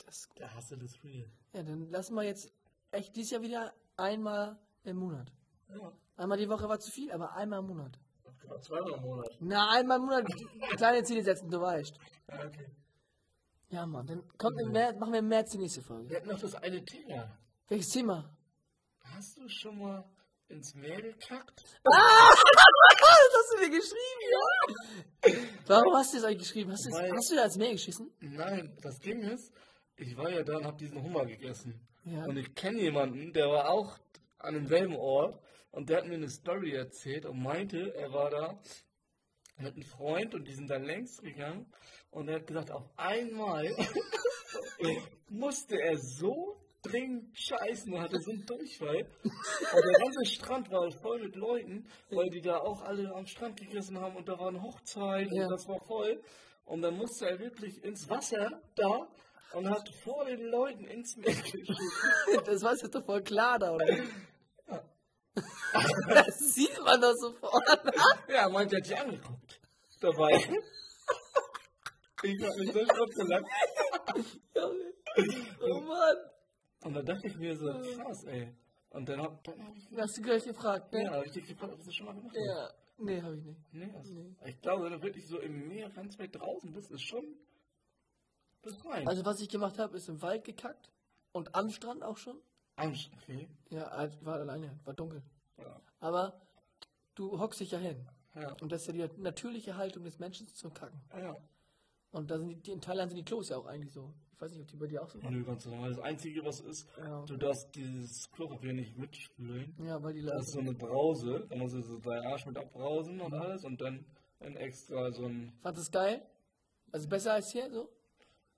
Speaker 1: das ist gut.
Speaker 2: Der Hassel ist real.
Speaker 1: Ja, dann lassen wir jetzt echt dieses Jahr wieder einmal im Monat.
Speaker 2: Ja.
Speaker 1: Einmal die Woche war zu viel, aber einmal im Monat.
Speaker 2: Genau, zweimal im Monat.
Speaker 1: Na, einmal im Monat kleine Ziele setzen, du weißt.
Speaker 2: Ja, okay.
Speaker 1: Ja, Mann, dann kommt im März, machen wir im März die nächste Folge.
Speaker 2: Wir hatten noch das eine Thema.
Speaker 1: Welches Thema?
Speaker 2: Hast du schon mal ins Meer gekackt?
Speaker 1: Was hast du mir geschrieben? Ja? Warum hast du das eigentlich geschrieben? Hast du, das,
Speaker 2: Weil-
Speaker 1: hast du da als Mail geschissen?
Speaker 2: Nein, das Ding ist, ich war ja da und hab diesen Hummer gegessen.
Speaker 1: Ja.
Speaker 2: Und ich kenne jemanden, der war auch an demselben Ort und der hat mir eine Story erzählt und meinte, er war da mit einem Freund und die sind da längst gegangen und er hat gesagt, auf einmal musste er so dringend scheißen und hatte so einen Durchfall. Und der ganze Strand war voll mit Leuten, weil die da auch alle am Strand gegessen haben und da waren Hochzeiten
Speaker 1: Ja.
Speaker 2: und das war voll. Und dann musste er wirklich ins Wasser da und hat vor den Leuten ins Meer geschissen.
Speaker 1: Das war jetzt doch voll klar da, oder? Das sieht man doch sofort.
Speaker 2: Ja, meint, er hat sie angeguckt. Dabei. ich hab mich so abgelacht.
Speaker 1: Oh Mann.
Speaker 2: Und dann dachte ich mir so, krass, ey. Und dann hab, dann hab ich,
Speaker 1: Dann Hast du gleich gefragt,
Speaker 2: ja,
Speaker 1: ne?
Speaker 2: hab ich dich gefragt, ob du das schon mal gemacht hast.
Speaker 1: Ja. Nee, hab ich nicht.
Speaker 2: Nee, also,
Speaker 1: Nee.
Speaker 2: Ich glaube, wenn du wirklich so im Meer ganz weit draußen bist, ist schon befreiend.
Speaker 1: Also, was ich gemacht habe, ist im Wald gekackt. Und am Strand auch schon.
Speaker 2: Angst, okay.
Speaker 1: Ja, halt, war alleine, war dunkel.
Speaker 2: Ja.
Speaker 1: Aber du hockst dich ja hin.
Speaker 2: Ja.
Speaker 1: Und das ist ja die natürliche Haltung des Menschen zum Kacken.
Speaker 2: ja.
Speaker 1: Und da sind die, die- in Thailand sind die Klos ja auch eigentlich so. Ich weiß nicht, ob die bei dir auch so waren.
Speaker 2: Nö, ganz normal. Das Einzige, was ist,
Speaker 1: Ja.
Speaker 2: du darfst dieses Klopapier nicht mitspülen.
Speaker 1: Ja, weil die
Speaker 2: Das ist so
Speaker 1: Leute.
Speaker 2: eine Brause. Da musst du so deinen Arsch mit abbrausen und alles. Und dann ein extra so ein...
Speaker 1: Fandest du es geil? Also besser als hier so?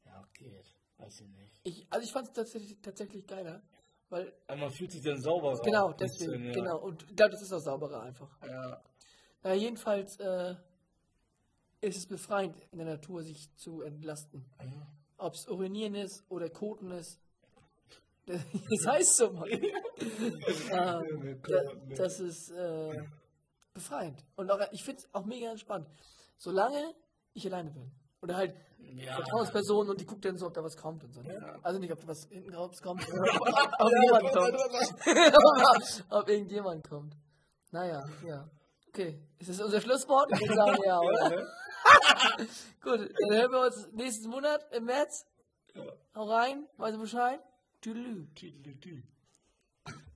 Speaker 2: Ja, geht. Weiß ich nicht.
Speaker 1: Ich, also ich fand es tatsächlich, tatsächlich geiler. Weil,
Speaker 2: Aber man fühlt sich dann sauberer.
Speaker 1: genau,
Speaker 2: Ein bisschen,
Speaker 1: deswegen,
Speaker 2: ja.
Speaker 1: genau. Und ich glaube, das ist auch sauberer einfach.
Speaker 2: Ja.
Speaker 1: Na, jedenfalls äh, ist es befreiend, in der Natur sich zu entlasten. Ob es Urinieren ist oder Koten ist. Das heißt so mal. ähm, da, das ist äh, befreiend. Und auch, ich finde es auch mega entspannt. Solange ich alleine bin. Oder halt
Speaker 2: Ja.
Speaker 1: Vertrauenspersonen und die guckt dann so, ob da was kommt und so. ne?
Speaker 2: Ja.
Speaker 1: Also nicht, ob was hinten raus kommt, sondern ob, ob jemand kommt. ob irgendjemand kommt. Naja, ja. Okay, ist das unser Schlusswort? Ich würde sagen, ja, oder?
Speaker 2: ne?
Speaker 1: Gut, dann hören wir uns nächsten Monat im März.
Speaker 2: Ja.
Speaker 1: Hau rein, weißt du Bescheid? Tüdelü.
Speaker 2: Tüdelütü.